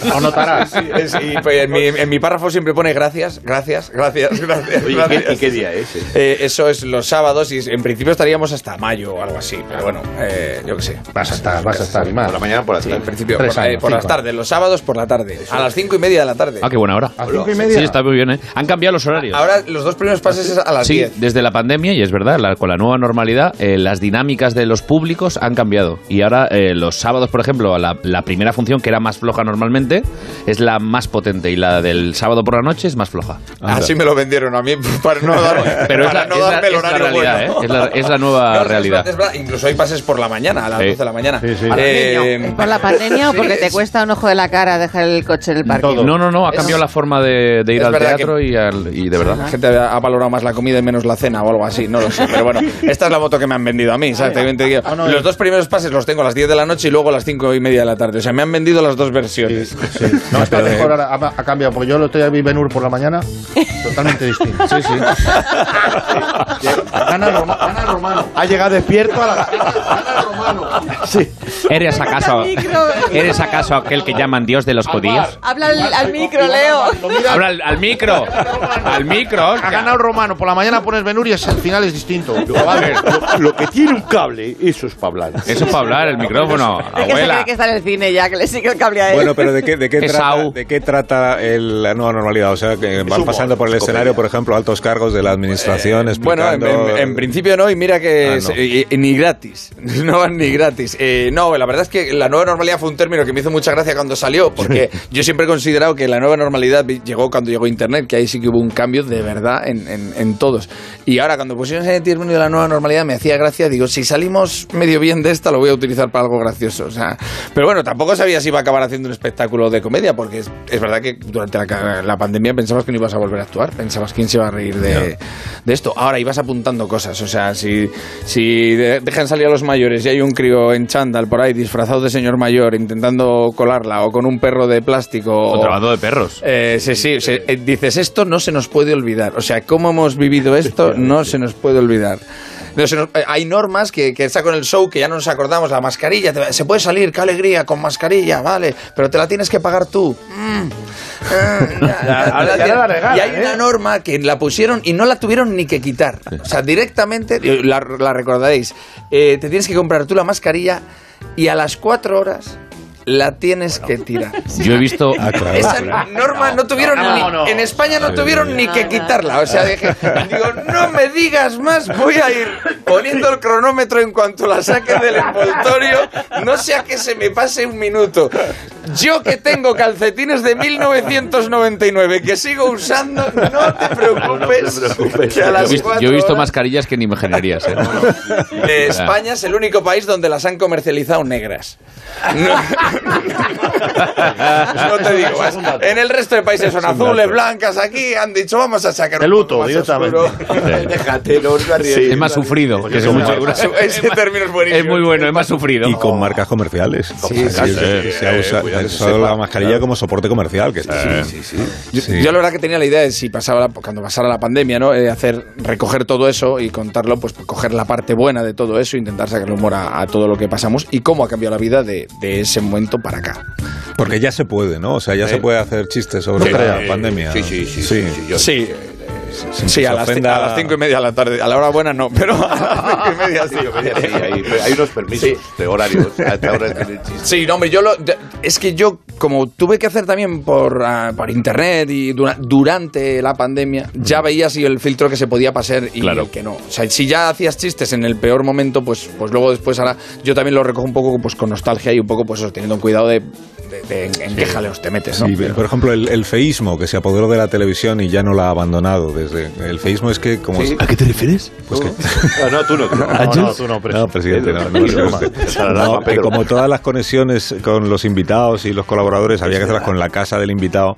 Speaker 14: Lo notarás. pues, en, mi, en mi párrafo siempre pone gracias, gracias, gracias, gracias.
Speaker 3: Oye, ¿y qué,
Speaker 14: gracias.
Speaker 3: y qué día es? ese?
Speaker 14: Eh, eso es los sábados y en principio estaríamos hasta mayo o algo así, pero bueno, eh, yo qué sé. Pasa
Speaker 7: estar, vas a estar
Speaker 3: sí,
Speaker 7: más.
Speaker 3: por la mañana, por la
Speaker 7: Sí,
Speaker 3: tarde.
Speaker 7: en
Speaker 14: principio,
Speaker 7: Tres
Speaker 14: por, eh,
Speaker 7: años,
Speaker 14: por las
Speaker 7: cinco.
Speaker 14: tardes, los sábados por la tarde. A las cinco y media de la tarde.
Speaker 2: Ah, qué buena hora.
Speaker 14: ¿A cinco y
Speaker 2: Sí,
Speaker 14: media?
Speaker 2: está muy bien, ¿eh? Han cambiado los horarios.
Speaker 14: Ahora los dos primeros pases es a las
Speaker 2: sí,
Speaker 14: 10.
Speaker 2: desde la pandemia, y es verdad, la- con la nueva normalidad, eh, las dinámicas de los públicos han cambiado. Y ahora eh, los sábados, por ejemplo, la, la primera función, que era más floja normalmente, es la más potente. Y la del sábado por la noche es más floja.
Speaker 14: Así me lo vendieron a mí para no, dar,
Speaker 2: Pero es la-
Speaker 14: para no
Speaker 2: es la-
Speaker 14: darme el
Speaker 2: es la
Speaker 14: horario
Speaker 2: realidad,
Speaker 14: bueno.
Speaker 2: ¿eh? Es la- es la nueva
Speaker 14: No, es verdad,
Speaker 2: realidad.
Speaker 14: es verdad. Incluso hay pases por la mañana, a las
Speaker 2: Sí.
Speaker 14: 12 de la mañana. Eh,
Speaker 4: ¿Por la pandemia o
Speaker 14: Sí,
Speaker 4: porque te
Speaker 14: es-
Speaker 4: cuesta un ojo de la cara dejar el coche en el parque?
Speaker 2: No, no, no, ha cambiado la forma de, de ir
Speaker 14: Es
Speaker 2: al
Speaker 14: verdad
Speaker 2: teatro y, al- y de
Speaker 14: La
Speaker 2: verdad.
Speaker 14: gente ha ha valorado más la comida y menos la cena o algo así, no lo sé. Pero bueno, esta es la moto que me han vendido a mí. ¿sabes? Te- te digo, los dos primeros pases los tengo a las 10 de la noche y luego a las 5 y media de la tarde. O sea, me han vendido las dos versiones.
Speaker 7: No, está mejor ahora, ha, ha cambiado, porque yo lo estoy a Benur por la mañana, totalmente distinto. Sí, sí. Ana, Roma- Ana Romano.
Speaker 3: Ha llegado despierto a la...
Speaker 2: ¿Eres acaso, ¿Eres acaso aquel que llaman Dios de los judíos?
Speaker 4: Habla al, al micro, Leo.
Speaker 2: Habla al, al micro. Al micro.
Speaker 7: Ha ganado Romano, por la mañana pones Benur y es- al final es distinto.
Speaker 3: Lo que tiene un cable, eso es para hablar.
Speaker 2: Eso es para hablar, el micrófono.
Speaker 4: Es que se
Speaker 2: Abuela.
Speaker 4: cree que está en el cine ya, que le sigue el cable a él.
Speaker 1: Bueno, pero ¿de qué, de qué
Speaker 2: Es
Speaker 1: trata,
Speaker 2: au.
Speaker 1: de qué trata el- la nueva normalidad? O sea, que van
Speaker 14: humor,
Speaker 1: pasando por el
Speaker 14: es Eh,
Speaker 1: escenario, por ejemplo, altos cargos de la administración
Speaker 14: Bueno, en,
Speaker 1: explicando...
Speaker 14: en- en principio no, y mira que
Speaker 1: Ah,
Speaker 14: es-
Speaker 1: no.
Speaker 14: y- y ni gratis, no van ni gratis. Eh, no, la verdad es que la nueva normalidad fue un término que me hizo mucha gracia cuando salió, porque yo siempre he considerado que la nueva normalidad vi- llegó cuando llegó Internet, que ahí sí que hubo un cambio de verdad en, en- en todos. Y ahora cuando pusieron ese término de la nueva normalidad me hacía gracia, digo, si salimos medio bien de esta lo voy a utilizar para algo gracioso. o sea. Pero bueno, tampoco sabía si iba a acabar haciendo un espectáculo de comedia, porque es, es verdad que durante la, ca- la pandemia pensabas que no ibas a volver a actuar, pensabas quién se va a reír de de, de esto. Ahora ibas apuntando cosas. O sea, si, si de- dejan salir a los mayores y hay un crío en chándal por ahí disfrazado de señor mayor intentando colarla o con un perro de plástico.
Speaker 2: Contrabando
Speaker 14: o-
Speaker 2: de perros.
Speaker 14: Eh, sí, sí. o sea, eh, dices, esto no se nos puede olvidar. O sea, cómo hemos vivido esto no se nos puede olvidar. No se nos- eh, hay normas que, que está con el show que ya no nos acordamos. La mascarilla, te- se puede salir, qué alegría, con mascarilla, vale, pero te la tienes que pagar tú. Mm. Eh,
Speaker 12: Ya, ahora ya la regalan,
Speaker 14: y hay
Speaker 12: ¿eh?
Speaker 14: una norma que la pusieron y no la tuvieron ni que quitar. O sea, directamente, la, la recordaréis, eh, te tienes que comprar tú la mascarilla y a las cuatro horas la tienes que tirar.
Speaker 2: Yo he visto.
Speaker 14: Esa norma no tuvieron
Speaker 12: No,
Speaker 14: ni-
Speaker 12: no.
Speaker 14: en España no
Speaker 12: Sí.
Speaker 14: tuvieron ni que quitarla. O sea, dije, digo, no me digas más, voy a ir poniendo el cronómetro en cuanto la saque del envoltorio, no sea que se me pase un minuto. Yo que tengo calcetines de 1999 que sigo usando, no te
Speaker 3: Pues,
Speaker 14: preocupes. que a
Speaker 2: Yo he
Speaker 14: las
Speaker 2: visto,
Speaker 14: cuatro
Speaker 2: yo he visto
Speaker 12: ¿eh?
Speaker 14: horas-
Speaker 2: mascarillas que ni me generarías. ¿eh?
Speaker 14: de España es el único país donde las han comercializado negras. No, No te digo más. En el resto de países son
Speaker 12: Es un
Speaker 14: azules,
Speaker 12: dato.
Speaker 14: blancas. Aquí han dicho, vamos a sacar un
Speaker 12: De luto,
Speaker 14: poco más
Speaker 12: directamente.
Speaker 14: oscuro. Déjate, no, no ríes.
Speaker 2: es más sufrido. que es mucho-
Speaker 14: Ese término es buenísimo.
Speaker 2: Es muy bueno, es más sufrido.
Speaker 1: Y con marcas comerciales.
Speaker 14: sí, sí,
Speaker 1: se,
Speaker 14: sí,
Speaker 1: ha
Speaker 14: eh,
Speaker 1: usado,
Speaker 14: cuidado que
Speaker 1: se ha usado
Speaker 14: sepa,
Speaker 1: la mascarilla como soporte comercial. Que está, sí, sí,
Speaker 14: Yo,
Speaker 1: Sí.
Speaker 14: yo la verdad que tenía la idea de si pasaba la- cuando pasara la pandemia, ¿no? Eh, hacer recoger todo eso y contarlo, pues coger la parte buena de todo eso, intentar sacarle humor a, a todo lo que pasamos y cómo ha cambiado la vida de, de ese momento para acá.
Speaker 1: Porque ya se puede, ¿no? O sea, ya se puede hacer chistes sobre
Speaker 14: Sí,
Speaker 1: la
Speaker 14: eh,
Speaker 1: pandemia.
Speaker 14: sí, sí, sí,
Speaker 1: Sí.
Speaker 14: Sí, eh,
Speaker 1: sin
Speaker 14: sí,
Speaker 1: que
Speaker 14: a
Speaker 1: se
Speaker 14: las,
Speaker 1: ofenda-
Speaker 14: a las cinco y media de la tarde. A la hora buena no, pero a las cinco y media sí.
Speaker 3: Sí, hay, hay unos permisos de horarios. A esta hora tienen chiste.
Speaker 14: Sí, no, hombre, yo lo, de- es que yo, como tuve que hacer también por, ah, por internet y dura- durante la pandemia, ya veías y el filtro que se podía pasar y
Speaker 2: Claro.
Speaker 14: el que no. O sea, si ya hacías chistes en el peor momento, pues, pues luego después ahora yo también lo recojo un poco pues, con nostalgia y un poco pues eso, teniendo en cuidado de, de- de en, en qué jaleos te metes, ¿no?
Speaker 1: Sí, por ejemplo, el, el feísmo que se apoderó de la televisión y ya no la ha abandonado. desde El feísmo es que, como.
Speaker 3: Sí.
Speaker 1: ¿A qué te refieres? Pues que.
Speaker 3: No, no, tú no. tú no.
Speaker 1: ¿Ah, yo? No, presidente, no, no, no, no. No, que como todas las conexiones con los invitados y los colaboradores, había que hacerlas con la casa del invitado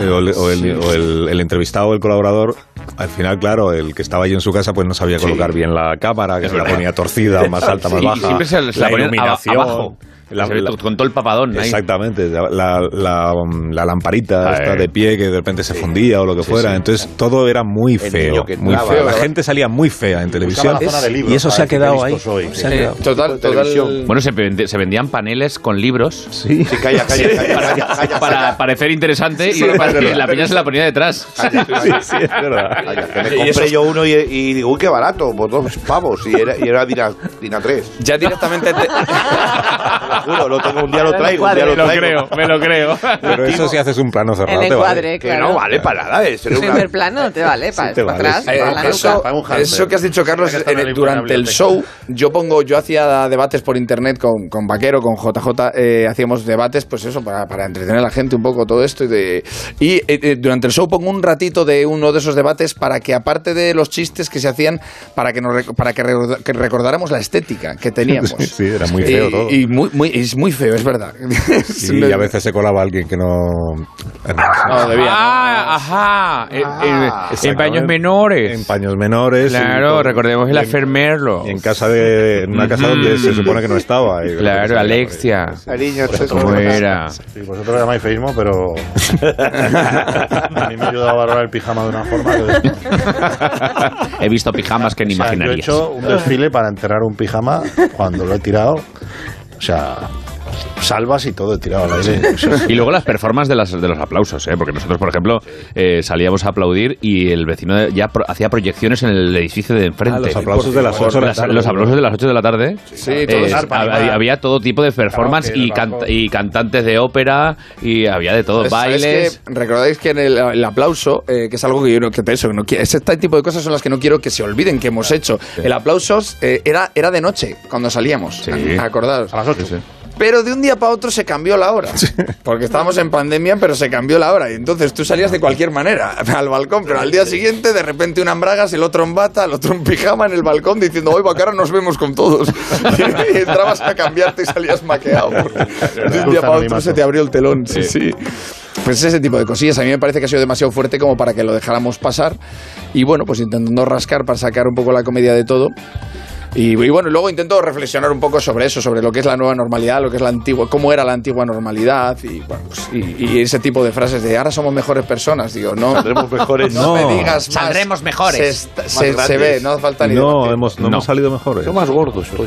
Speaker 1: eh, o, el, o el- o el- el entrevistado o el colaborador. Al final, claro, el que estaba allí en su casa pues no sabía colocar bien la cámara, que se la ponía torcida, más alta, más
Speaker 2: Y- y
Speaker 1: baja.
Speaker 2: siempre se la ponían aba- abajo. Se ve to- con todo el papadón. ahí.
Speaker 1: Exactamente, la, la- la- la lamparita
Speaker 2: Ah,
Speaker 1: esta
Speaker 2: eh.
Speaker 1: de pie que de repente se fundía o lo que
Speaker 2: Sí,
Speaker 1: fuera.
Speaker 2: sí.
Speaker 1: Entonces todo era muy
Speaker 2: El
Speaker 1: feo,
Speaker 2: niño que
Speaker 1: muy
Speaker 2: entraba,
Speaker 1: feo. La
Speaker 2: ¿verdad?
Speaker 1: gente salía muy fea en televisión.
Speaker 2: Es-
Speaker 1: y eso se ha quedado ahí. Se ha quedado.
Speaker 2: Total,
Speaker 1: de televisión.
Speaker 2: Bueno, se, vende- se vendían paneles con libros.
Speaker 1: Sí.
Speaker 3: calla, calla,
Speaker 2: Sí.
Speaker 3: calla,
Speaker 2: para,
Speaker 3: calla, calla,
Speaker 2: para
Speaker 3: calla.
Speaker 2: parecer interesante
Speaker 3: Sí,
Speaker 2: y
Speaker 3: es
Speaker 2: para que
Speaker 3: verdad.
Speaker 2: la peña se la ponía detrás.
Speaker 3: sí, sí, es verdad. Que me compré yo uno y, y digo, uy, qué barato, por dos pavos. Y era, y era Dina, Dina 3.
Speaker 14: Ya directamente te...
Speaker 3: juro, lo tengo, un día lo traigo, un día lo
Speaker 2: Me lo
Speaker 3: traigo.
Speaker 2: creo, me lo creo.
Speaker 1: Pero eso si haces un plano cerrado.
Speaker 4: El
Speaker 1: te vale.
Speaker 4: encuadre,
Speaker 3: Que
Speaker 4: claro.
Speaker 3: no vale para nada. Es
Speaker 4: El
Speaker 3: una-
Speaker 4: primer plano te vale, para
Speaker 14: te
Speaker 4: pa
Speaker 14: vale,
Speaker 4: atrás,
Speaker 14: Eh,
Speaker 4: para la
Speaker 14: eso,
Speaker 4: nuca.
Speaker 14: eso que has dicho, Carlos, en el- durante el show, yo pongo, yo hacía debates por internet con, con Vaquero, con JJ, eh, hacíamos debates, pues eso, para, para entretener a la gente un poco todo esto. Y, de- y, eh, eh, durante el show pongo un ratito de uno de esos debates para que, aparte de los chistes que se hacían, para que, nos, rec- para que, re- que recordáramos la estética que teníamos.
Speaker 1: Sí, sí, era muy
Speaker 14: Y-
Speaker 1: feo todo.
Speaker 14: Y muy, muy- es muy feo, es verdad.
Speaker 1: Sí, y a veces se colaba alguien que no.
Speaker 14: No, debía, no.
Speaker 2: Ah, ajá. En- en- en paños
Speaker 1: Exactamente.
Speaker 2: menores.
Speaker 1: En paños menores.
Speaker 2: Claro, recordemos el
Speaker 1: enfermerlo. En casa de, en una casa donde se supone que no estaba. y-
Speaker 2: Claro, Alexia.
Speaker 3: Cariño,
Speaker 2: Fuera.
Speaker 7: Sí, vosotros lo llamáis feísmo, pero. a mí me ha ayudado a valorar el pijama de una forma. Que...
Speaker 2: He visto pijamas que ni
Speaker 7: O sea, yo he
Speaker 2: imaginarías.
Speaker 7: hecho un desfile para enterrar un pijama cuando lo he tirado. O sea, salvas y todo he tirado al aire. O sea,
Speaker 2: Y luego las performances de, las- de los aplausos, ¿eh? porque nosotros, por ejemplo, eh, salíamos a aplaudir y el vecino de- ya pro- hacía proyecciones en el edificio de enfrente.
Speaker 1: Ah, los aplausos de las
Speaker 2: Por-
Speaker 1: ocho de la tarde.
Speaker 2: Los aplausos de las 8 de la tarde. Eh,
Speaker 14: Sí, todo es arpa,
Speaker 2: hab- había,
Speaker 14: animada.
Speaker 2: todo tipo de performance
Speaker 14: Karaoke,
Speaker 2: y,
Speaker 14: bajo.
Speaker 2: canta- y cantantes de ópera y había de todo,
Speaker 14: Pues, ¿sabes
Speaker 2: bailes.
Speaker 14: qué? Recordáis que en el, el aplauso, eh, que es algo que yo no que eso, que no quiero, ese tal tipo de cosas son las que no quiero que se olviden que hemos hecho. El aplauso eh, era, era de noche cuando salíamos, acordados. A las 8. Pero de un día para otro se cambió la hora. Porque estábamos en pandemia, pero se cambió la hora. Y entonces tú salías de cualquier manera al balcón. Pero al día siguiente, de repente, una en bragas, el otro en bata, el otro en pijama en el balcón diciendo: Hoy, Bacara, nos vemos con todos. y entrabas a cambiarte y salías maqueado. De un día para otro se te abrió el telón. Sí, sí. Pues ese tipo de cosillas. A mí me parece que ha sido demasiado fuerte como para que lo dejáramos pasar. Y bueno, pues intentando rascar para sacar un poco la comedia de todo. Y, y bueno, luego intento reflexionar un poco sobre eso, sobre lo que es la nueva normalidad, lo que es la antigua, cómo era la antigua normalidad y, bueno, pues, y- y ese tipo de frases de ahora somos mejores personas. Digo, no,
Speaker 3: Saldremos mejores.
Speaker 14: no,
Speaker 3: No.
Speaker 14: me digas más.
Speaker 5: Saldremos mejores.
Speaker 14: Se, está-
Speaker 5: Más
Speaker 14: se- se
Speaker 5: grandes.
Speaker 14: ve, no hace falta ni
Speaker 1: No, eh.
Speaker 14: debatir.
Speaker 1: hemos, no, hemos salido ¿eh? mejores.
Speaker 14: Yo más gordo estoy.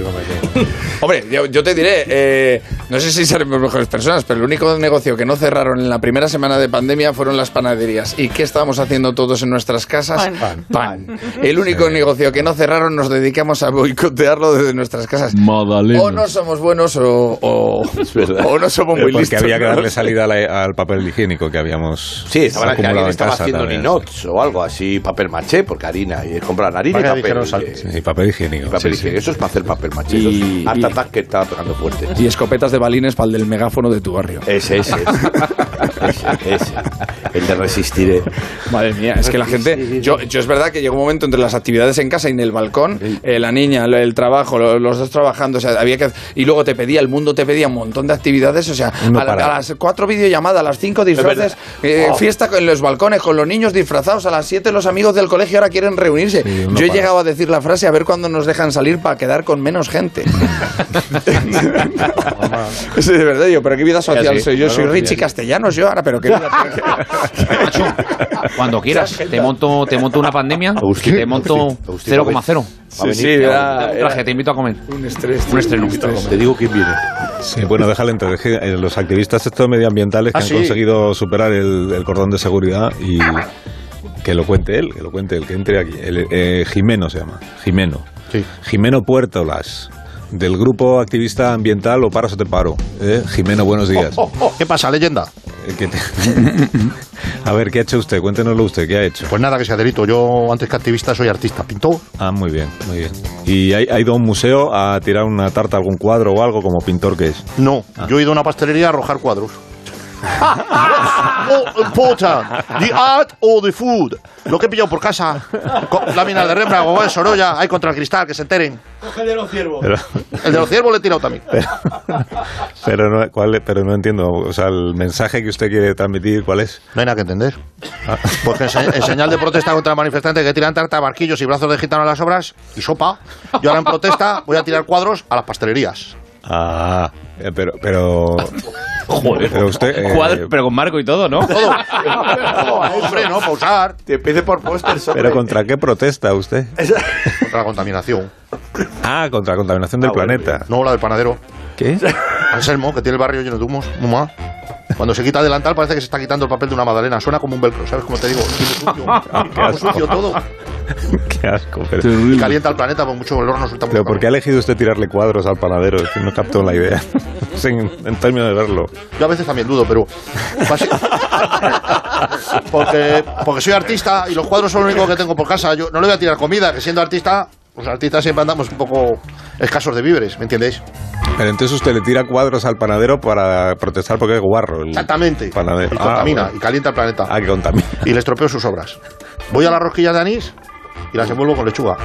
Speaker 14: Hombre, yo, yo te diré, eh, no sé si seremos mejores personas, pero el único negocio que no cerraron en la primera semana de pandemia fueron las panaderías. ¿Y qué estábamos haciendo todos en nuestras casas?
Speaker 12: Pan. Pan.
Speaker 14: El único negocio que no cerraron nos dedicamos a boicotearlo desde nuestras casas. O no somos buenos o, o- o no somos muy
Speaker 1: Eh, Porque
Speaker 14: listos.
Speaker 1: había que
Speaker 14: ¿no?
Speaker 1: darle salida a la- al papel higiénico que habíamos
Speaker 3: Sí, estaba, alguien
Speaker 1: acumulado en
Speaker 3: estaba
Speaker 1: casa.
Speaker 3: haciendo
Speaker 1: también.
Speaker 3: ninots o algo así, papel maché, porque harina, y comprar harina
Speaker 1: Para
Speaker 3: y
Speaker 1: que
Speaker 3: papel.
Speaker 1: dijeron sal-
Speaker 3: eh,
Speaker 1: Sí, papel higiénico.
Speaker 3: papel
Speaker 1: sí, sí.
Speaker 3: higiénico. Eso es para hacer papel maché.
Speaker 14: Y-
Speaker 3: eso es-
Speaker 14: y-
Speaker 3: Hasta Tac que estaba pegando fuerte.
Speaker 14: Y escopetas de balines para el del megáfono de tu barrio.
Speaker 3: Ese, ese, ese, ese, ese. El de resistiré.
Speaker 14: Madre mía, es que la gente. Yo, yo es verdad que llegó un momento entre las actividades en casa y en el balcón, eh, la niña, lo- el trabajo, lo- los dos trabajando, o sea, había que. Y luego te pedía, el mundo te pedía un montón de actividades, o sea,
Speaker 12: No
Speaker 14: a, la-
Speaker 12: paraba.
Speaker 14: a las cuatro videollamadas, a las cinco
Speaker 12: verdad.
Speaker 14: disfraces, eh,
Speaker 12: Oh.
Speaker 14: fiesta en los balcones, con los niños disfrazados, a las siete los amigos del colegio ahora quieren reunirse.
Speaker 12: no
Speaker 14: yo he
Speaker 12: para.
Speaker 14: llegado a decir la frase a ver cuándo nos dejan salir para quedar con menos gente. Sí, de verdad, yo, pero qué vida social
Speaker 2: así.
Speaker 14: soy yo, soy
Speaker 2: Claro,
Speaker 14: Richie
Speaker 2: sí, así.
Speaker 14: Castellanos, yo ahora, pero qué vida
Speaker 2: Cuando quieras, te monto, te monto una pandemia, te monto
Speaker 14: Agustín, Agustín,
Speaker 2: 0,0.
Speaker 14: va a venir. Sí, sí, era-
Speaker 2: Traje, te invito a comer.
Speaker 14: Un estrés.
Speaker 2: Un estreno.
Speaker 3: Te digo quién viene.
Speaker 1: Sí, bueno, déjale entonces. que, eh, Los activistas estos medioambientales que
Speaker 3: Ah,
Speaker 1: han
Speaker 3: sí.
Speaker 1: conseguido superar el, el cordón de seguridad y que lo cuente él, que lo cuente él, que entre aquí. El, eh, Jimeno se llama, Jimeno. Jimeno Puertolas, del grupo activista ambiental O Paras o Te Paro. ¿eh? Jimeno, buenos días.
Speaker 7: Oh, ¿Qué pasa, leyenda?
Speaker 1: Eh, que te- A ver, ¿qué ha hecho usted? Cuéntenoslo usted, ¿qué ha hecho?
Speaker 7: Pues nada, que sea delito. Yo, antes que activista, soy artista, pintor.
Speaker 1: Ah, muy bien, muy bien. ¿Y ha, ha ido a un museo a tirar una tarta, algún cuadro o algo como pintor que es? Ah.
Speaker 7: No, yo he ido a una pastelería a arrojar cuadros. More important, the art or the food. Lo que he pillado por casa. Con láminas de Rembrandt, Gauguin, Sorolla, hay contra el cristal, que se enteren.
Speaker 11: Coge de los ciervos.
Speaker 1: Pero-
Speaker 7: El de los ciervos le he tirado también.
Speaker 1: Pero no, ¿cuál es? pero no entiendo, o sea, el mensaje que usted quiere transmitir, ¿cuál es?
Speaker 7: No hay nada que entender. Porque en, se- en señal de protesta contra manifestantes que tiran tarta, barquillos y brazos de gitano a las obras y sopa, yo ahora en protesta voy a tirar cuadros a las pastelerías.
Speaker 1: Ah, eh, pero... pero...
Speaker 2: Joder,
Speaker 1: pero usted... eh,
Speaker 2: Cuadro- pero con marco y todo, ¿no?
Speaker 7: hombre, no, pausar.
Speaker 3: Te empiece por póster,
Speaker 1: ¿Pero contra qué protesta usted?
Speaker 7: Contra la contaminación.
Speaker 1: Ah, contra la contaminación del planeta.
Speaker 7: No, la del panadero.
Speaker 1: ¿Qué?
Speaker 7: Anselmo, que tiene el barrio lleno de humos. Mamá. Cuando se quita delantal parece que se está quitando el papel de una magdalena. Suena como un velcro, ¿sabes cómo te digo? Tiene sucio. Como sucio todo.
Speaker 1: Ah, Qué asco, pero...
Speaker 7: Calienta el planeta, por pues mucho olor no suelta
Speaker 1: Pero ¿por qué ha elegido usted tirarle cuadros al panadero? Es que no capto la idea. Sin, en términos de verlo.
Speaker 7: Yo a veces también dudo, pero. basi- porque, porque soy artista y los cuadros son lo único que tengo por casa. Yo no le voy a tirar comida, que siendo artista, los artistas siempre andamos un poco escasos de víveres, ¿me entiendéis?
Speaker 1: Pero entonces usted le tira cuadros al panadero para protestar porque es guarro. el
Speaker 7: Exactamente.
Speaker 1: Panadero.
Speaker 7: Y contamina,
Speaker 1: Ah, bueno.
Speaker 7: y calienta el planeta.
Speaker 1: Ah, que contamina.
Speaker 7: Y le estropeo sus obras. Voy a las rosquillas de anís y las envuelvo con lechuga.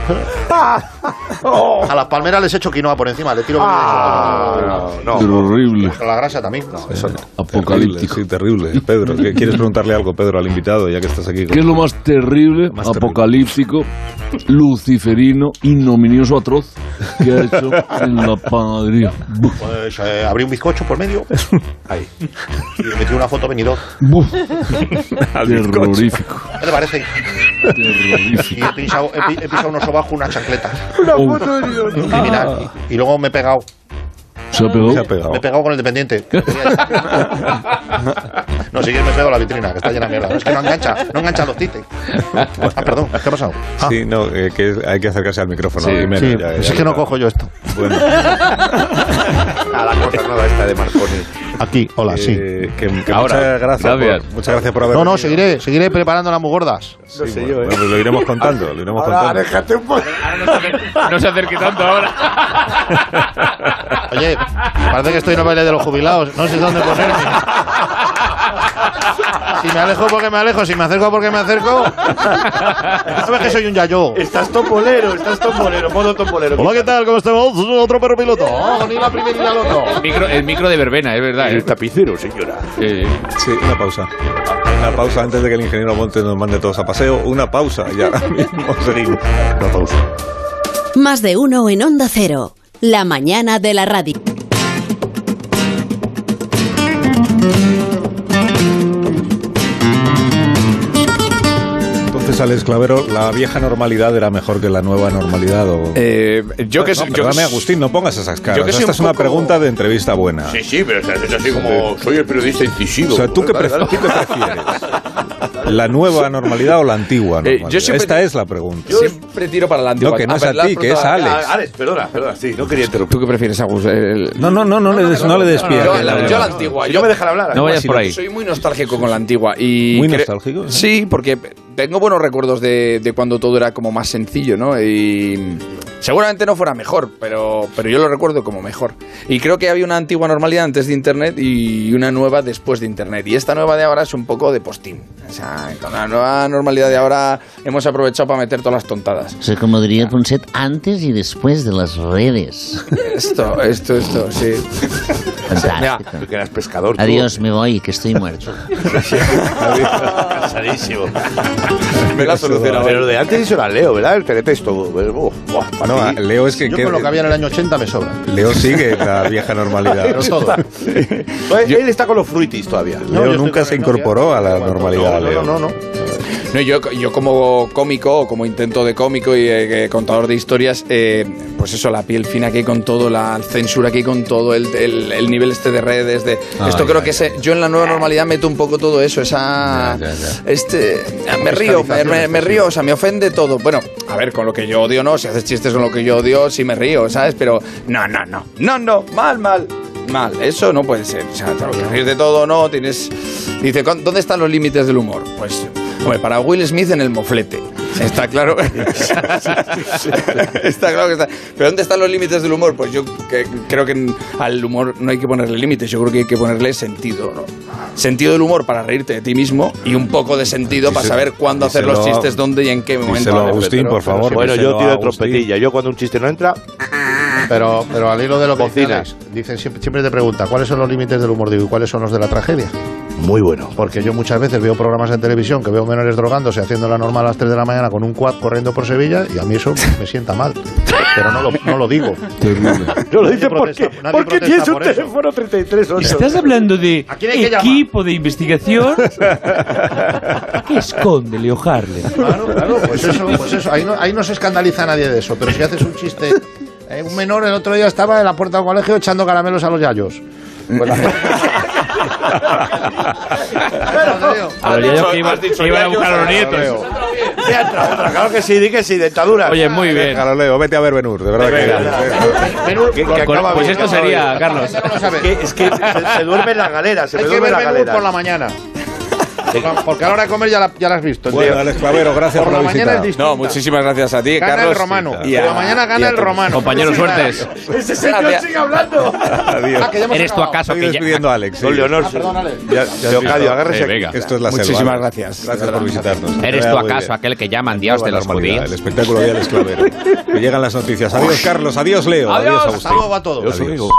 Speaker 7: A las palmeras les echo quinoa por encima, le tiro
Speaker 15: horrible.
Speaker 7: A la grasa también. No, eso no.
Speaker 1: Apocalíptico. Sí, terrible. Pedro, ¿qué- ¿quieres preguntarle algo, Pedro, al invitado, ya que estás aquí? con-
Speaker 15: ¿Qué es lo más terrible, apocalíptico, luciferino, ignominioso, atroz que ha hecho en la panadería?
Speaker 7: Pues eh, abrí un bizcocho por medio. Ahí. Y le metí una foto venidor.
Speaker 15: Buf. Terrorífico.
Speaker 7: ¿Qué te parece? Y he pisado, he, pi- he pisado unos sobajos, una chancleta.
Speaker 15: Una foto Ah. venidor.
Speaker 7: Criminal. Y luego me he pegado.
Speaker 15: ¿Se ha pegado?
Speaker 7: Me he pegado con el dependiente. No, si quieres me pego la vitrina, que está llena de mierda. Es que no engancha, no engancha los tites. Ah, perdón, ¿qué ha pasado?
Speaker 1: Sí, no, eh, que es- hay que acercarse al micrófono.
Speaker 7: Sí,
Speaker 1: primero,
Speaker 7: sí,
Speaker 1: ya, ya,
Speaker 7: pues es
Speaker 1: ya.
Speaker 7: que no cojo yo esto. Ah.
Speaker 3: A la cosa nueva esta de Marconi.
Speaker 7: Aquí, hola, sí.
Speaker 1: Eh, que- que
Speaker 7: Ahora,
Speaker 1: muchas, gracias
Speaker 7: gracias.
Speaker 1: por, muchas gracias por haber
Speaker 7: No, no,
Speaker 1: venido.
Speaker 7: seguiré, seguiré preparando las mugordas.
Speaker 1: Sí, bueno, bueno, pues lo iremos contando, lo iremos contando.
Speaker 7: un poco.
Speaker 2: No se acerque tanto ahora.
Speaker 7: Oye, parece que estoy en el baile de los jubilados. No sé dónde ponerme. Si me alejo porque me alejo, si me acerco porque me acerco. Sabes que soy un yayo.
Speaker 3: Estás topolero, estás topolero, modo Ah, topolero.
Speaker 7: Hola, ¿qué tal? ¿Cómo estamos? Otro perro piloto. Oh, ni la primera ni la otra.
Speaker 2: El micro, el micro de verbena, es verdad. El
Speaker 3: tapicero, señora.
Speaker 1: Sí, una pausa. Una pausa antes de que el ingeniero Montes nos mande todos a paseo. Una pausa, ya mismo seguimos. Una pausa.
Speaker 13: Más de uno en Onda Cero. La mañana de la radio.
Speaker 1: Entonces, Alex Clavero, ¿la vieja normalidad era mejor que la nueva normalidad? O...
Speaker 14: Eh, yo que
Speaker 1: no,
Speaker 14: soy- yo que
Speaker 1: perdóname,
Speaker 14: soy-
Speaker 1: Agustín, no pongas esas caras.
Speaker 14: Yo que soy
Speaker 1: Esta
Speaker 14: un
Speaker 1: es una
Speaker 14: poco-
Speaker 1: pregunta de entrevista buena.
Speaker 3: Sí, sí, pero o sea, es así como soy el periodista incisivo.
Speaker 1: O sea, ¿tú qué
Speaker 3: Dale,
Speaker 1: prefieres?
Speaker 3: dale.
Speaker 1: ¿La nueva normalidad o la antigua
Speaker 14: Eh,
Speaker 1: normalidad?
Speaker 14: yo siempre-
Speaker 1: Esta es la pregunta.
Speaker 14: Siempre tiro para la antigua.
Speaker 1: No, que no es a
Speaker 14: verdad,
Speaker 1: ti, que es a Alex.
Speaker 3: Ah, Alex, perdona, perdona, sí, no quería interrumpir.
Speaker 14: ¿Tú qué prefieres, Agus? El-
Speaker 1: No, no, no, no, le des, no, le des pie.
Speaker 14: yo, a la, yo a la antigua.
Speaker 3: Si
Speaker 14: yo
Speaker 3: no me dejan hablar,
Speaker 14: No
Speaker 3: además,
Speaker 14: vayas
Speaker 3: si
Speaker 14: por
Speaker 3: no-
Speaker 14: ahí. Soy muy nostálgico con la antigua. Y
Speaker 1: Muy
Speaker 14: cre-
Speaker 1: nostálgico,
Speaker 14: Sí, porque tengo buenos recuerdos de, de cuando todo era como más sencillo, ¿no? Y seguramente no fuera mejor, pero, pero yo lo recuerdo como mejor. Y creo que había una antigua normalidad antes de Internet y una nueva después de Internet. Y esta nueva de ahora es un poco de postín. O sea, con la nueva normalidad de ahora hemos aprovechado para meter todas las tontadas.
Speaker 8: Eso es como diría Ponset antes y después de las redes.
Speaker 14: Esto, esto, esto, sí.
Speaker 7: Ah.
Speaker 8: Fantástico.
Speaker 3: Que eras pescador. tú.
Speaker 8: Adiós, me voy, que estoy muerto.
Speaker 3: Cansadísimo.
Speaker 14: Me la solucionado.
Speaker 3: Pero de antes eso era Leo, ¿verdad? El teletexto. Uf, buah,
Speaker 1: No, a- ah, Leo es que...
Speaker 7: Yo
Speaker 1: que-
Speaker 7: con lo que había en el año 80 me sobra.
Speaker 1: Leo sigue la vieja normalidad.
Speaker 7: Pero todo.
Speaker 3: Él está con los fruitis todavía.
Speaker 1: Leo nunca se incorporó a la normalidad, Leo.
Speaker 7: No, no, no.
Speaker 14: No, yo, yo como cómico, o como intento de cómico y eh, eh, contador de historias, eh, pues eso, la piel fina que hay con todo, la censura que hay con todo, el, el- el nivel este de redes, de
Speaker 2: Ay,
Speaker 14: esto creo que se- yo en la nueva normalidad meto un poco todo eso, esa... Este, me río, me, me- me río, o sea, me ofende todo. Bueno, a ver, con lo que yo odio no, si haces chistes con lo que yo odio, sí me río, ¿sabes? Pero no, no, no, no, no, mal, mal. Mal, eso no puede ser. O sea, te que reír de todo, no, tienes... Dice, "¿Cuán- ¿dónde están los límites del humor? Pues, hombre, para Will Smith en el moflete. Está claro. está claro que está. Pero ¿dónde están los límites del humor? Pues yo que- creo que n- al humor no hay que ponerle límites, yo creo que hay que ponerle sentido, ¿no? Sentido del humor para reírte de ti mismo y un poco de sentido para
Speaker 1: Díselo-
Speaker 14: saber cuándo hacer
Speaker 1: díselo
Speaker 14: los
Speaker 1: a-
Speaker 14: chistes, dónde y en qué momento.
Speaker 1: díselo a Agustín, por favor.
Speaker 3: Bueno,
Speaker 1: díselo
Speaker 3: yo
Speaker 1: a
Speaker 3: tiro de
Speaker 1: Agustín.
Speaker 3: trompetilla. Yo cuando un chiste no entra,
Speaker 7: Pero, pero al hilo de lo que dice
Speaker 3: Cocina.
Speaker 7: Alex, dicen siempre, siempre te pregunta, ¿cuáles son los límites del humor? Digo, ¿y cuáles son los de la tragedia?
Speaker 3: Muy bueno.
Speaker 7: Porque yo muchas veces veo programas en televisión que veo menores drogándose haciendo la norma a las 3 de la mañana con un quad corriendo por Sevilla y a mí eso me sienta mal. Pero no lo, no lo digo.
Speaker 12: No lo dices
Speaker 7: protesta-
Speaker 12: porque,
Speaker 7: nadie
Speaker 12: porque
Speaker 7: protesta
Speaker 12: tienes un
Speaker 7: por eso.
Speaker 12: teléfono 33
Speaker 16: Estás hablando de
Speaker 12: quién hay que llamar?
Speaker 16: equipo de investigación. ¿Qué esconde Leo Harlem?
Speaker 7: Claro, claro, pues eso, pues eso. Ahí no, ahí no se escandaliza nadie de eso, pero si haces un chiste. eh, un menor el otro día estaba en la puerta del colegio echando caramelos a los yayos. Pues la gente-
Speaker 2: Pero ya yo que iba-
Speaker 3: has dicho
Speaker 2: que iban a
Speaker 3: yayos,
Speaker 2: buscar a los nietos.
Speaker 3: Caroleo. Sí, entra otra, claro que sí, di que sí, dentadura.
Speaker 2: Oye, muy bien.
Speaker 1: Caroleo, vete a ver Benur, de verdad eh. que
Speaker 3: Menú,
Speaker 1: Que- que
Speaker 3: porque
Speaker 1: acaba
Speaker 3: acaba
Speaker 1: pues
Speaker 3: bien,
Speaker 1: esto
Speaker 3: acaba
Speaker 1: sería,
Speaker 3: bien.
Speaker 1: Carlos.
Speaker 3: La gente no lo sabe. Que- Es que se, se duerme en la galera, se me
Speaker 7: Hay que
Speaker 3: duerme en
Speaker 7: ver
Speaker 3: la
Speaker 7: menú
Speaker 3: galera.
Speaker 7: por la mañana. Por la- Porque a la hora de comer ya la, ya la has visto.
Speaker 1: Bueno, Alex Clavero, gracias por la
Speaker 7: mañana
Speaker 1: visita.
Speaker 7: es distinta.
Speaker 14: No, muchísimas gracias a ti,
Speaker 7: Gana el
Speaker 14: Carlos.
Speaker 7: romano.
Speaker 14: Y a-
Speaker 7: Por la mañana gana
Speaker 14: y a
Speaker 7: el
Speaker 14: todos.
Speaker 7: romano. Compañero, suertes.
Speaker 12: Ese señor
Speaker 7: Gracias.
Speaker 12: sigue hablando.
Speaker 1: Adiós.
Speaker 12: Ah, que ya hemos
Speaker 1: ¿Eres tú
Speaker 12: acabado.
Speaker 1: acaso
Speaker 12: Estoy
Speaker 1: que ya-
Speaker 12: despidiendo a Alex,
Speaker 1: Don
Speaker 12: sí.
Speaker 1: Leonor,
Speaker 12: Ah, perdón, Alex.
Speaker 1: ya- ya has
Speaker 3: Leocadio,
Speaker 1: visto.
Speaker 3: agárrese
Speaker 1: Eh,
Speaker 3: aquí.
Speaker 1: venga. Esto es la selva.
Speaker 14: Muchísimas gracias.
Speaker 1: Gracias por visitarnos. Que
Speaker 2: ¿Eres
Speaker 1: vaya
Speaker 2: tú
Speaker 1: muy
Speaker 2: acaso
Speaker 1: bien.
Speaker 2: aquel que llaman Dios de
Speaker 1: Nueva
Speaker 2: los
Speaker 1: normalidad,
Speaker 2: judíos?
Speaker 1: El espectáculo de Alex Clavero. Que llegan las noticias. Adiós, Carlos. Adiós, Leo. Adiós,
Speaker 2: Adiós.
Speaker 1: Agustín.
Speaker 2: Hasta luego a todos.
Speaker 1: Adiós,
Speaker 2: Adiós.
Speaker 1: amigo.